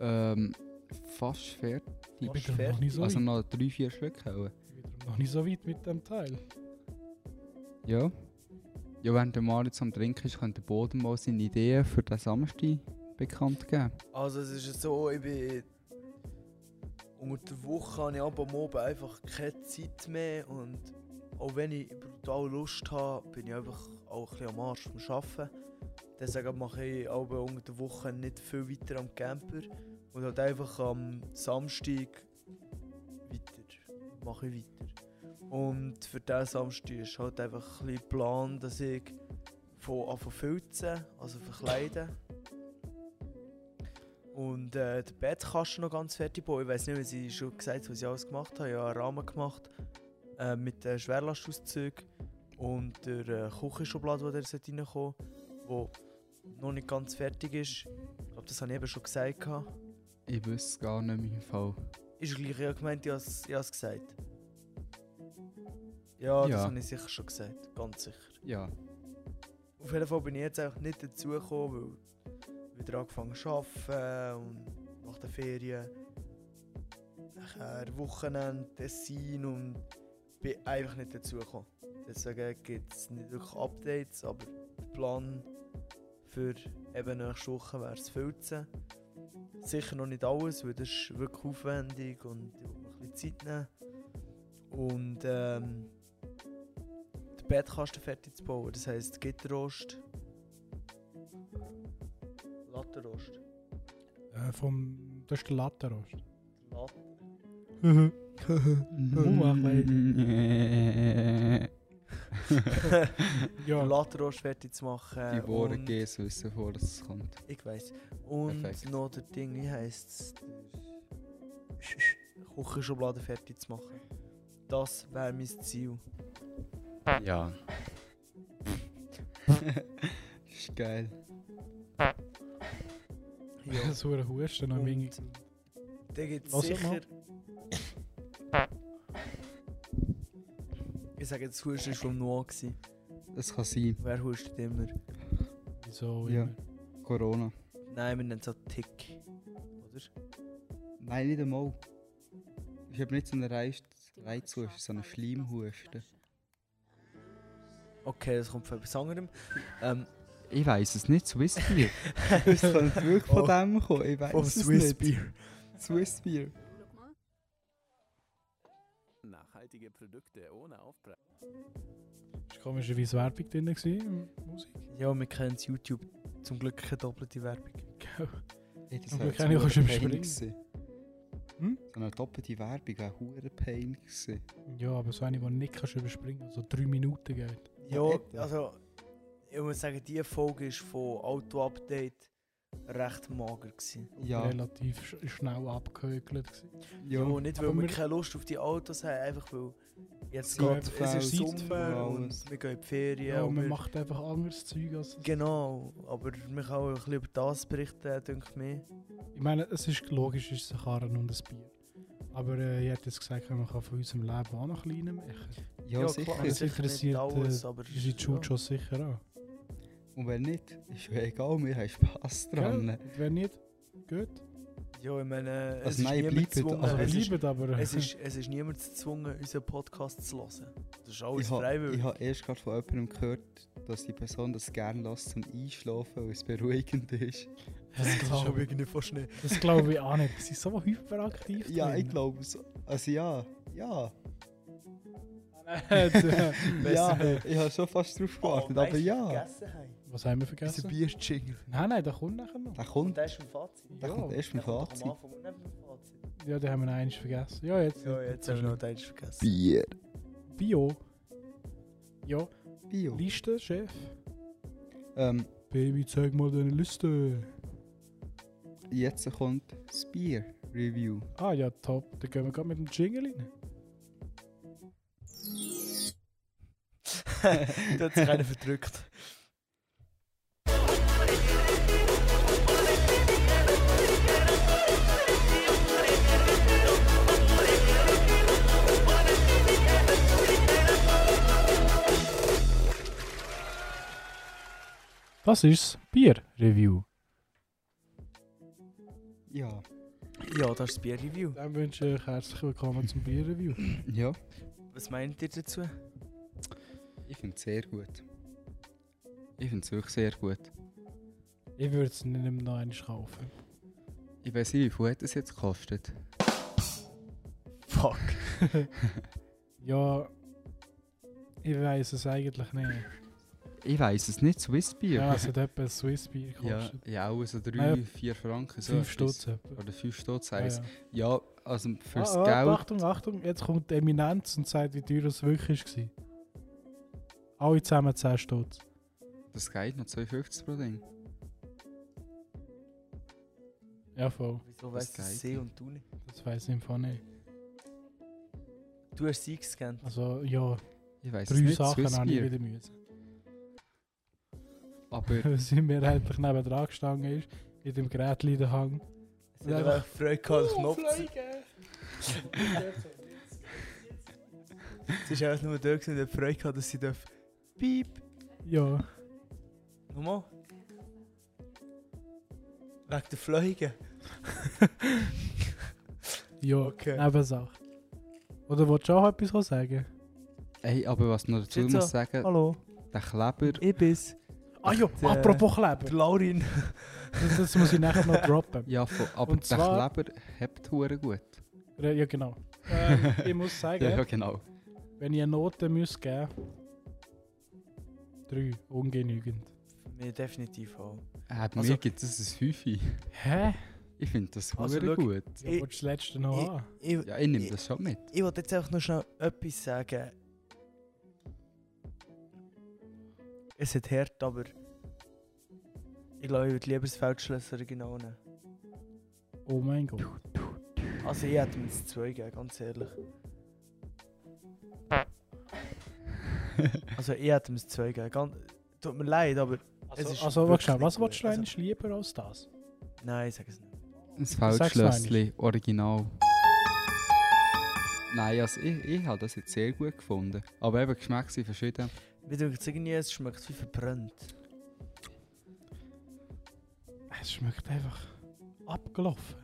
Speaker 3: Ähm, fast fertig.
Speaker 2: Ich bin
Speaker 4: Fast
Speaker 2: darum noch
Speaker 4: fertig.
Speaker 2: nicht so
Speaker 3: Also
Speaker 2: weit.
Speaker 3: noch drei, vier Stück hauen.
Speaker 2: Ich bin darum noch nicht so weit mit dem Teil.
Speaker 3: Ja. Ja, während der Mann jetzt am Trinken ist, könnte der Boden mal seine Ideen für den Samstag bekannt geben.
Speaker 4: Also es ist so, ich bin... Unter der Woche habe ich ab am Abend einfach keine Zeit mehr und auch wenn ich brutal Lust habe, bin ich einfach auch ein bisschen am Arsch vom Arbeiten. Deswegen mache ich aber unter der Woche nicht viel weiter am Camper und halt einfach am Samstag weiter. Mache ich weiter. Und für diesen Samstag ist halt einfach ein bisschen Plan, dass ich von anfange filzen, also verkleiden. Und äh, der Bettkasten noch ganz fertig bauen. Ich weiß nicht, was ich schon gesagt habe, was ich alles gemacht habe. Ich habe einen Rahmen gemacht äh, mit den Schwerlastauszügen und der äh, Küchenschublade, die da reinkommen sollte, die noch nicht ganz fertig ist. Ich glaube, das habe ich eben schon gesagt. gehabt.
Speaker 3: Ich wüsste es gar nicht mehr im Fall.
Speaker 4: Ist gleich, ich habe gemeint, ich habe es- ich habe es gesagt. Ja, das
Speaker 3: Ja.
Speaker 4: habe ich sicher schon gesagt, ganz sicher.
Speaker 3: Ja.
Speaker 4: Auf jeden Fall bin ich jetzt einfach nicht dazugekommen, weil ich wieder angefangen zu arbeiten und nach den Ferien. Nachher Wochenende, Tessin und bin einfach nicht dazugekommen. Deswegen gibt es nicht wirklich Updates, aber der Plan für eben nächste Woche wäre es filzen. Sicher noch nicht alles, weil das ist wirklich aufwendig und ich will mir ein bisschen Zeit nehmen. Und ähm, den Bettkasten fertig zu bauen. Das heisst Gitterrost. Lattenrost.
Speaker 2: Äh, vom, das ist der Latterost.
Speaker 4: Lat
Speaker 2: Ja.
Speaker 4: Den Lattenrost fertig zu machen.
Speaker 3: Die Worte
Speaker 4: und-
Speaker 3: gehen wissen, vor dass es kommt.
Speaker 4: Ich weiß. Und
Speaker 3: Perfekt.
Speaker 4: noch der Ding, wie heisst es? Küchenschublade fertig zu machen. Das wäre mein Ziel.
Speaker 3: Ja. ist geil.
Speaker 4: Ja.
Speaker 2: so ein Husten am
Speaker 4: Und-
Speaker 2: Menge.
Speaker 4: Dann gibt es
Speaker 2: Lass
Speaker 4: sicher.
Speaker 2: mal.
Speaker 4: Ich sage jetzt, Husten war vom Noah. gewesen.
Speaker 3: Das kann sein.
Speaker 4: Wer hustet immer?
Speaker 2: Wieso
Speaker 3: Ja.
Speaker 2: immer?
Speaker 3: Corona.
Speaker 4: Nein, wir nennen es auch Tick. Oder?
Speaker 3: Nein, nicht einmal. Ich habe nicht so einen Reiz, Reizhusten, sondern Schleimhusten.
Speaker 4: Okay, das kommt von etwas anderem. Ähm,
Speaker 3: Ich weiß es nicht, Swiss Beer. Es könnte wirklich von
Speaker 4: Oh.
Speaker 3: dem kommen, ich weiß
Speaker 4: vom
Speaker 3: es
Speaker 4: Swiss
Speaker 3: nicht.
Speaker 4: Beer.
Speaker 3: Swiss Beer.
Speaker 6: Nachhaltige Produkte ohne Aufpreis.
Speaker 2: Es war komischerweise Werbung drin, gewesen, Musik.
Speaker 4: Ja, wir kennen es YouTube. Zum Glück keine doppelte Werbung.
Speaker 2: Gell.
Speaker 3: Ey, das
Speaker 2: Aber
Speaker 3: wäre
Speaker 2: kann ich
Speaker 3: jetzt
Speaker 2: auch schon
Speaker 3: verdammt
Speaker 2: überspringen.
Speaker 3: gewesen.
Speaker 2: Hm?
Speaker 3: So eine doppelte Werbung, ein hoher Pain. gewesen.
Speaker 2: Ja, aber so eine, die du nicht kannst überspringen kannst, so drei Minuten geht.
Speaker 4: Ja,
Speaker 3: hätte.
Speaker 4: also ich muss sagen, diese Folge ist von Auto-Update recht mager. Gewesen.
Speaker 3: Ja.
Speaker 2: Relativ sch schnell abgehökelt. gewesen.
Speaker 4: Ja,
Speaker 3: Ja,
Speaker 4: nicht, weil
Speaker 2: aber
Speaker 4: wir
Speaker 2: wir-
Speaker 4: keine Lust auf die Autos haben, einfach weil jetzt
Speaker 2: Ja,
Speaker 4: geht es ist
Speaker 3: Zeitfeld,
Speaker 4: Sommer
Speaker 3: alles.
Speaker 4: und wir gehen in die Ferien.
Speaker 2: Ja,
Speaker 4: und
Speaker 2: und man
Speaker 4: wir-
Speaker 2: macht einfach anderes Zeug als das.
Speaker 4: Genau, aber wir können auch ein bisschen über das berichten, denke ich mir.
Speaker 2: Ich meine, es ist logisch, es ist ein Karren und ein Bier. Aber äh, ich hätte jetzt gesagt, man kann von unserem Leben auch noch ein bisschen machen.
Speaker 3: ja, sicher.
Speaker 2: klar. Es interessiert, äh,
Speaker 4: aber
Speaker 2: Ihr seid die Schule schon sicher an.
Speaker 3: Und wenn nicht, ist ja egal, wir haben Spass dran.
Speaker 2: Gell? Und wenn nicht, gut.
Speaker 4: Ja, ich meine, es
Speaker 3: Also
Speaker 4: ist
Speaker 3: nein,
Speaker 4: niemand
Speaker 3: bleibt,
Speaker 4: gezwungen,
Speaker 3: also
Speaker 2: Aber
Speaker 4: es, ist,
Speaker 2: bleibt aber.
Speaker 4: es, ist, es ist niemand gezwungen, unseren Podcast zu hören. Das Oh, ist alles
Speaker 3: Ich habe
Speaker 4: freiwillig.
Speaker 3: ich ha erst gerade von jemandem gehört, dass die Person das gerne lässt zum Einschlafen, weil es beruhigend ist.
Speaker 2: das glaube ich,
Speaker 4: nicht fast nicht.
Speaker 2: das glaube ich auch nicht. Sie sind so hyperaktiv.
Speaker 3: Ja, ich
Speaker 2: drin.
Speaker 3: glaube es. Also ja, ja.
Speaker 2: Äh,
Speaker 3: ja, ich habe schon fast
Speaker 4: Oh,
Speaker 3: drauf gewartet, aber ja.
Speaker 2: Was haben wir
Speaker 1: Das ist
Speaker 2: vergessen?
Speaker 1: ein Bier-Jingle.
Speaker 2: Nein, nein, der kommt nachher noch.
Speaker 3: Der kommt,
Speaker 4: Der ist im Fazit.
Speaker 3: der kommt eh. erst mit Fazit.
Speaker 2: Ja, den haben wir noch eins vergessen. Ja, jetzt.
Speaker 4: Ja, jetzt habe ich noch eins vergessen.
Speaker 1: Bier.
Speaker 2: Bio. Ja,
Speaker 3: Bio.
Speaker 2: Liste, Chef.
Speaker 3: Ähm,
Speaker 2: Baby, zeig mal deine Liste.
Speaker 3: jetzt kommt das Bier Review.
Speaker 2: Ah ja, top. Dann gehen wir gerade mit dem Jingle rein.
Speaker 4: Da hat sich einer verdrückt.
Speaker 2: Das ist das Bier-Review.
Speaker 3: Ja.
Speaker 4: Ja, das ist das Bier-Review.
Speaker 2: Dann wünsche ich euch herzlich willkommen zum Bier-Review.
Speaker 3: Ja.
Speaker 4: Was meint ihr dazu?
Speaker 3: Ich finde es sehr gut. Ich finde es wirklich sehr gut.
Speaker 2: Ich würde es nicht mehr noch einmal kaufen.
Speaker 3: Ich weiß nicht, wie viel hat es jetzt gekostet?
Speaker 4: Fuck.
Speaker 2: Ja, ich weiß es eigentlich nicht.
Speaker 3: Ich weiß es nicht, Swiss Bier.
Speaker 2: Ja, es hat etwa ein Swiss Bier
Speaker 3: ja,
Speaker 2: gekostet.
Speaker 3: ja, auch so
Speaker 2: Naja,
Speaker 3: 3, 4 Franken. So
Speaker 2: 5
Speaker 3: etwas.
Speaker 2: Stutz etwa.
Speaker 3: Oder 5 Stutz
Speaker 2: Ah,
Speaker 3: eins.
Speaker 2: ja.
Speaker 3: Ja, also fürs
Speaker 2: Ah, ah,
Speaker 3: Geld.
Speaker 2: Achtung, Achtung, jetzt kommt die Eminenz und sagt, wie teuer es wirklich war. Alle zusammen 10 Stutz.
Speaker 3: Das geht noch 2,50 pro Ding.
Speaker 2: Ja, voll.
Speaker 4: Wieso
Speaker 3: Das
Speaker 4: weiss das
Speaker 3: geht
Speaker 4: sie
Speaker 3: nicht.
Speaker 4: und du nicht?
Speaker 2: Das weiß ich im Fall nicht.
Speaker 4: Du hast sie gescannt.
Speaker 2: Also, ja,
Speaker 3: Ich weiß es
Speaker 2: drei
Speaker 3: nicht.
Speaker 2: Sachen
Speaker 3: Swiss
Speaker 2: habe ich
Speaker 3: Beer.
Speaker 2: wieder müssen.
Speaker 3: Aber
Speaker 2: Weil sie mir endlich neben dran gestanden ist, in dem Gerät in der Hand.
Speaker 4: Es hat einfach Freude gehabt,
Speaker 3: Oh,
Speaker 4: den Knopf zu Sie ist einfach nur da gewesen und hat Freude gehabt, dass sie darf. Piep.
Speaker 2: Ja,
Speaker 4: Nochmal. Wegen der Fleugen.
Speaker 2: ja,
Speaker 4: Okay.
Speaker 2: Nebensache. Oder willst du auch etwas sagen?
Speaker 3: Ey, aber was noch dazu
Speaker 4: Sitza.
Speaker 3: muss sagen,
Speaker 4: Hallo,
Speaker 3: der Kleber,
Speaker 4: ich bin's. äh,
Speaker 2: Ah ja,
Speaker 4: der-
Speaker 2: apropos
Speaker 4: Die
Speaker 2: Kleber.
Speaker 4: Laurin.
Speaker 2: Das, das muss ich nachher noch droppen.
Speaker 3: ja, voll, aber
Speaker 2: Und
Speaker 3: der
Speaker 2: zwar-
Speaker 3: Kleber hebt hure gut.
Speaker 2: Ja, ja genau. Ähm, ich muss sagen,
Speaker 3: Ja, ja, genau.
Speaker 2: wenn ich eine Note müsste geben Drei, ungenügend.
Speaker 4: Mir definitiv auch.
Speaker 3: Äh, bei
Speaker 4: Also-
Speaker 3: mir gibt es ein Häufi.
Speaker 2: Hä?
Speaker 3: Ich finde das
Speaker 4: Also,
Speaker 3: hure
Speaker 4: schau.
Speaker 3: gut.
Speaker 2: Ja, willst
Speaker 4: Ich-
Speaker 2: du das letzte noch
Speaker 4: ich-
Speaker 2: an?
Speaker 4: Ich,
Speaker 3: Ja, ich nehme
Speaker 4: Ich-
Speaker 3: das schon mit.
Speaker 4: ich wollte jetzt einfach noch schnell etwas sagen. Es hat hart, aber ich glaube, ich würde lieber das Feldschlösser genau nehmen.
Speaker 2: Oh mein Gott.
Speaker 4: Also ich hätte mir das 2 gegeben, ganz ehrlich. Also ich hätte mir das 2 gegeben. Ganz, tut mir leid, aber
Speaker 2: Also,
Speaker 4: ist
Speaker 2: also warte
Speaker 4: wirklich
Speaker 2: schnell,
Speaker 4: nicht
Speaker 2: was
Speaker 4: gut.
Speaker 2: willst du eigentlich lieber als das?
Speaker 4: nein, ich sage es nicht.
Speaker 3: Ein
Speaker 2: noch
Speaker 3: Feldschlössli, original. Nein, also ich, ich habe das jetzt sehr gut gefunden. Aber eben Geschmäcker sind verschieden.
Speaker 4: Mir denkt irgendwie, es schmeckt wie verbrannt.
Speaker 2: Es schmeckt einfach abgelaufen.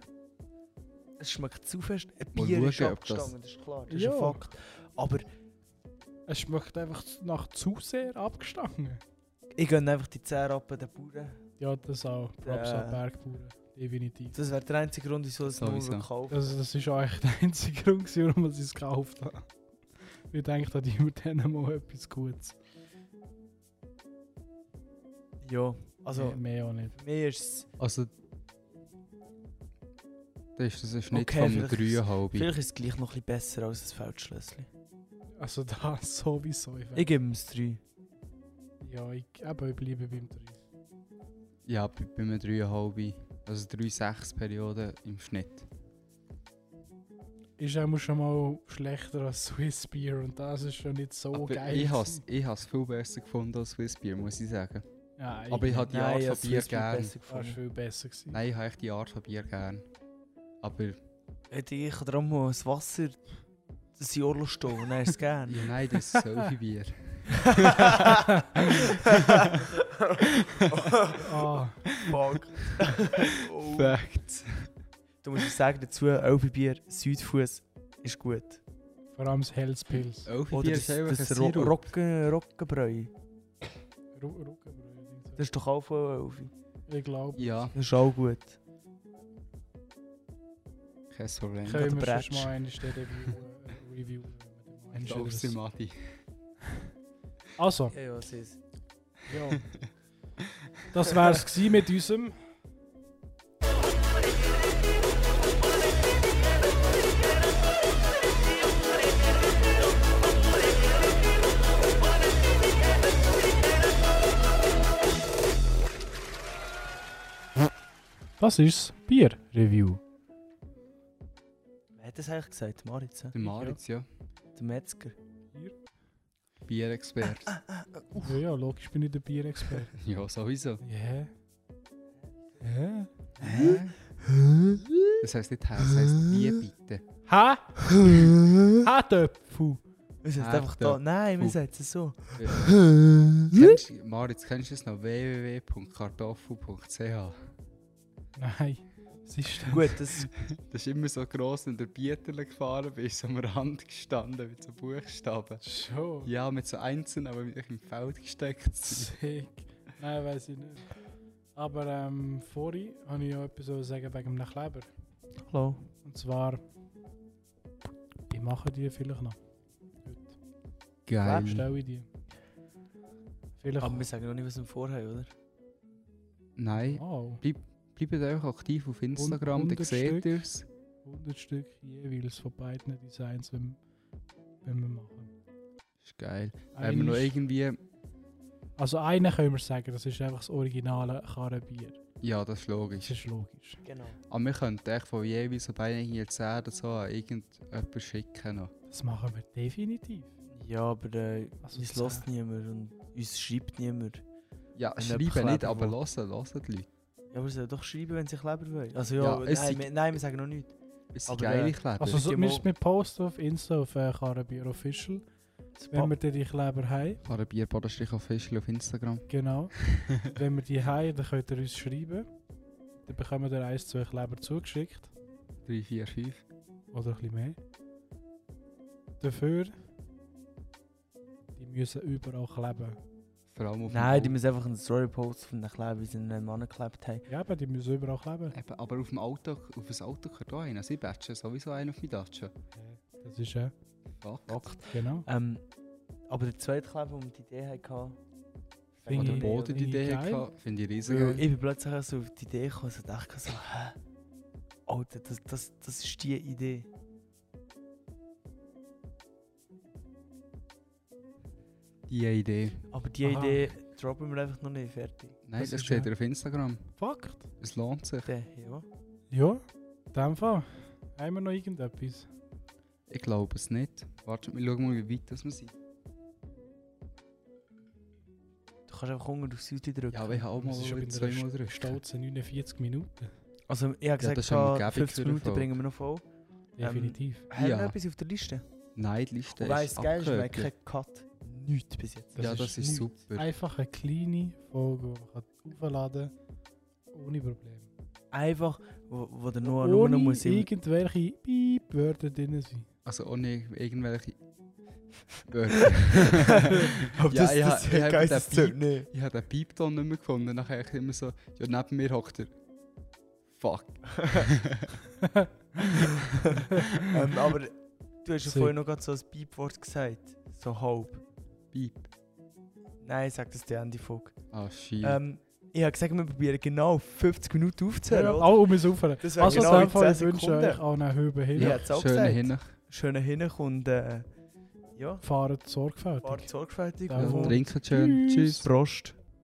Speaker 4: Es schmeckt zu fest. Ein
Speaker 3: Mal
Speaker 4: Bier ist
Speaker 3: schauen, ob das-
Speaker 4: abgestanden, das ist klar, das ist
Speaker 2: Ja.
Speaker 4: ein Fakt. Aber
Speaker 2: Es schmeckt einfach zu- nach zu sehr abgestanden.
Speaker 4: ich gönne einfach die 10 Rappen den Bauern.
Speaker 2: Ja, das auch. Props
Speaker 4: Ja.
Speaker 2: an Bergbauern. Definitiv.
Speaker 4: Das wäre der einzige Grund, wieso ich es nur
Speaker 3: Sowieso.
Speaker 4: würde kaufen
Speaker 2: Also das ist eigentlich der einzige Grund, gewesen, warum ich es gekauft habe. Ich denke, da immer denen mal etwas Gutes.
Speaker 4: Ja, also
Speaker 3: Also-
Speaker 2: mehr auch nicht.
Speaker 4: für mich ist es
Speaker 3: Also, Das ist das ein Schnitt
Speaker 4: Okay,
Speaker 3: von einem
Speaker 4: vielleicht ist-
Speaker 3: dreieinhalb.
Speaker 4: Vielleicht ist es gleich noch ein bisschen besser als das Feldschlössli.
Speaker 2: Also das sowieso. Ich,
Speaker 4: Ich gebe es 3.
Speaker 2: ja, ich, eben, ich bleibe beim 3.
Speaker 3: Ja, bei, bei einem dreieinhalb. Also 3,6 Perioden im Schnitt.
Speaker 2: Ist auch schon mal schlechter als Swiss Beer und das ist schon nicht so
Speaker 3: Aber
Speaker 2: Oh, geil.
Speaker 3: ich habe es ich has viel besser gefunden als Swiss Beer, muss ich sagen.
Speaker 2: gewesen. Nein,
Speaker 3: Aber ich habe die Art von Bier Ah, gern.
Speaker 4: besser
Speaker 2: das war
Speaker 4: gefunden.
Speaker 2: viel besser. Gewesen.
Speaker 3: Nein, ich habe echt die Art von Bier gern. Aber
Speaker 4: Hätte ich darum mal das Wasser das Jahr stehen und dann ist es gern.
Speaker 3: ja, nein, das ist Selfie-Bier.
Speaker 2: Ah,
Speaker 7: Fuck. oh.
Speaker 3: Facts.
Speaker 4: Du musst sagen dazu, Elfenbier, Südfuß ist gut.
Speaker 2: vor allem das Hellspilz.
Speaker 4: Oder
Speaker 3: Selfie-Bier
Speaker 4: das,
Speaker 3: ist einfach
Speaker 4: das
Speaker 3: ein
Speaker 4: Ro
Speaker 3: Sirup.
Speaker 4: Rocken, Rockenbräu.
Speaker 2: Ru- Roggenbrötchen, so.
Speaker 4: Das ist doch auch von Elfi.
Speaker 2: Ich glaube,
Speaker 3: Ja,
Speaker 4: Das ist auch gut.
Speaker 3: kein Problem.
Speaker 4: Oder
Speaker 2: können wir
Speaker 4: Bratsch.
Speaker 2: schon mal eine Review, äh, Review wenn wir
Speaker 3: Lauf sie,
Speaker 2: dann mal-
Speaker 3: Mati.
Speaker 2: Also,
Speaker 4: Ja, ja, sie ist.
Speaker 2: ja. das wär's gewesen mit unserem. Das ist das Bier-Review.
Speaker 4: Wer hat das eigentlich gesagt? Maritz, hä?
Speaker 3: Der Maritz, ja.
Speaker 4: der Metzger.
Speaker 3: Bierexpert.
Speaker 2: Ja, ja, logisch bin ich der Bierexperte.
Speaker 3: ja, sowieso.
Speaker 2: Ja. Ja.
Speaker 3: Das heisst nicht Herr, das heisst Bier bitte.
Speaker 2: Ha? Ha, Töpfu!
Speaker 4: Wir sind
Speaker 3: Ach,
Speaker 4: einfach
Speaker 3: der
Speaker 4: da. Nein, wir
Speaker 3: Pup.
Speaker 4: sagen es so.
Speaker 3: Kennst, Maritz, kennst du es noch? www.kartoffel.ch
Speaker 2: Nein, es ist das.
Speaker 4: Gut, das
Speaker 3: Das ist immer so gross, wenn du durch Bieterle gefahren bist, am Rand gestanden mit so Buchstaben.
Speaker 2: Schon.
Speaker 3: Ja, mit so einzelnen, aber wirklich im Feld gesteckt. sind.
Speaker 2: Sick. Nein, weiß ich nicht. Aber ähm, vorhin habe ich ja etwas zu sagen wegen dem Kleber.
Speaker 4: Hallo.
Speaker 2: Und zwar, ich mache die vielleicht noch. Heute bestelle ich die. Vielleicht.
Speaker 4: Aber wir sagen noch nicht, was wir vorhaben, oder?
Speaker 3: Nein,
Speaker 2: Wow,
Speaker 3: bleibt einfach aktiv auf Instagram, dann
Speaker 2: 100
Speaker 3: seht
Speaker 2: Stück.
Speaker 3: ihr es.
Speaker 2: 100 Stück jeweils von beiden Designs, wenn, wenn wir machen.
Speaker 3: Ist geil. Wenn wir noch
Speaker 2: Eines-
Speaker 3: irgendwie...
Speaker 2: also einen können wir sagen, das ist einfach das originale Karrenbier.
Speaker 3: Ja, das ist
Speaker 2: Das
Speaker 3: logisch.
Speaker 2: ist logisch.
Speaker 7: Genau.
Speaker 3: Aber wir könnten echt von jeweils so beiden irgendwie 10 oder so an irgendjemanden schicken. Noch.
Speaker 2: Das machen wir definitiv.
Speaker 4: Ja, aber äh,
Speaker 2: Also
Speaker 4: uns
Speaker 2: zehn.
Speaker 4: lässt niemand und uns schreibt niemand.
Speaker 3: Ja,
Speaker 4: Wenn jemand
Speaker 3: schreiben nicht,
Speaker 4: Kleber
Speaker 3: aber
Speaker 4: will.
Speaker 3: hören, hören die Leute.
Speaker 4: Ja, aber sie sollen doch schreiben, wenn sie Kleber wollen. Also
Speaker 3: Ja,
Speaker 4: ja,
Speaker 3: es
Speaker 4: nein,
Speaker 3: sind-
Speaker 4: wir, nein, wir sagen noch nichts.
Speaker 3: Es sind
Speaker 4: Aber,
Speaker 3: geile
Speaker 4: äh,
Speaker 3: Kleber.
Speaker 2: Also so,
Speaker 4: die
Speaker 2: wir,
Speaker 4: mal-
Speaker 2: wir posten auf Insta auf äh, Karrenbier Official,
Speaker 4: Das
Speaker 2: wenn
Speaker 4: Pa-
Speaker 2: wir dann die Kleber haben.
Speaker 3: Karabierbaderstrich official auf Instagram.
Speaker 2: Genau. wenn wir die haben, dann könnt ihr uns schreiben. Dann bekommen wir eins, zwei Kleber zugeschickt.
Speaker 3: 3, 4, 5.
Speaker 2: Oder ein bisschen mehr. Dafür. Die müssen überall kleben.
Speaker 3: Vor allem auf dem
Speaker 4: Nein, die
Speaker 3: Al-
Speaker 4: müssen einfach eine Story posten von den Kleber, wie sie einen Mann geklebt haben.
Speaker 2: Ja, aber die müssen überall kleben.
Speaker 3: Eben, aber auf dem Auto, auf das Auto kann da einer. Sie batchen sowieso einen auf mich Datsche.
Speaker 2: Das ist ja.
Speaker 3: Fuck.
Speaker 4: Fakt.
Speaker 2: Genau.
Speaker 4: Ähm, aber der zweite Kleber, den wir die Idee hatten,
Speaker 2: Finde
Speaker 3: Oder
Speaker 2: ich-
Speaker 3: Boden die
Speaker 2: finde ich
Speaker 3: Idee
Speaker 2: geil.
Speaker 3: hatte, finde ich riesig.
Speaker 4: Weil
Speaker 3: geil.
Speaker 4: ich bin plötzlich auch so auf die Idee gekommen und dachte so, hä? Alter, das, das, das ist die Idee.
Speaker 3: Die Idee.
Speaker 4: Aber die
Speaker 2: Aha.
Speaker 4: Idee droppen wir einfach noch nicht fertig.
Speaker 3: Nein,
Speaker 2: Das
Speaker 3: das,
Speaker 2: ist
Speaker 3: seht
Speaker 2: ja-
Speaker 3: ihr auf Instagram.
Speaker 2: Fakt.
Speaker 3: Es lohnt sich.
Speaker 4: Der, ja.
Speaker 2: Ja, in dem Fall. Haben wir noch irgendetwas?
Speaker 3: Ich glaube es nicht. Warte, wir schauen mal, wie weit das wir sind.
Speaker 4: Du kannst einfach Hunger auf Süd drücken.
Speaker 3: Ja, aber ich habe auch
Speaker 2: Wir
Speaker 3: mal
Speaker 2: sind schon bei einer
Speaker 3: zweimal drücken.
Speaker 2: Stolze 49 Minuten.
Speaker 4: also, ich habe
Speaker 3: das
Speaker 4: gesagt,
Speaker 3: ist ja mal
Speaker 4: ja,
Speaker 3: gäbig für
Speaker 4: 50
Speaker 3: eine
Speaker 4: Minuten
Speaker 3: Folge.
Speaker 4: bringen wir noch voll. Ähm,
Speaker 2: Definitiv.
Speaker 4: Haben wir
Speaker 3: Ja.
Speaker 4: noch etwas auf der Liste?
Speaker 3: Nein, die Liste
Speaker 4: Und weißt
Speaker 3: ist
Speaker 4: du, geil ist, wir haben
Speaker 3: abgehört.
Speaker 4: keinen Cut. Nichts bis jetzt.
Speaker 2: Das
Speaker 3: Ja,
Speaker 2: ist
Speaker 3: das ist
Speaker 2: nichts.
Speaker 3: super.
Speaker 2: Einfach eine kleine Folge, die man kann aufladen kann. Ohne Probleme.
Speaker 4: Einfach, wo, wo der Noah nur noch
Speaker 2: Ohne
Speaker 4: muss im-
Speaker 2: irgendwelche Piep-Wörter drin sein.
Speaker 3: Also ohne irgendwelche Wörter.
Speaker 4: Aber
Speaker 3: Ja, ja, ich habe
Speaker 4: geil,
Speaker 3: den
Speaker 4: das
Speaker 3: Beat-
Speaker 4: zählt nicht.
Speaker 3: ich habe den Piepton nicht mehr gefunden. Nachher ich immer so, ja, neben mir hockt er. Fuck.
Speaker 4: ähm, aber du hast ja
Speaker 2: Sick.
Speaker 4: vorhin noch gerade so ein Beep-Wort gesagt. So halb.
Speaker 3: Piep.
Speaker 4: Nein, sag das die Ende Folge.
Speaker 3: Ah, shit.
Speaker 4: Ähm, Ich habe gesagt, wir probieren genau 50 Minuten aufzuhören.
Speaker 2: Ja,
Speaker 4: oder?
Speaker 2: oh, wir saufen.
Speaker 4: Das wäre
Speaker 2: Also,
Speaker 4: genau
Speaker 2: in
Speaker 4: in
Speaker 2: dem Fall,
Speaker 4: 10
Speaker 2: ich wünsche
Speaker 4: Sekunden.
Speaker 2: euch allen Hüben hin.
Speaker 4: Ja, hat's auch
Speaker 3: Schöne
Speaker 4: gesagt.
Speaker 3: Hinnach.
Speaker 4: Schönen Hinweis und äh, ja,
Speaker 2: Fahrt sorgfältig.
Speaker 4: fahrt sorgfältig.
Speaker 2: Ja,
Speaker 4: und
Speaker 2: Jawohl.
Speaker 3: Trinken schön. Tschüss.
Speaker 4: Prost.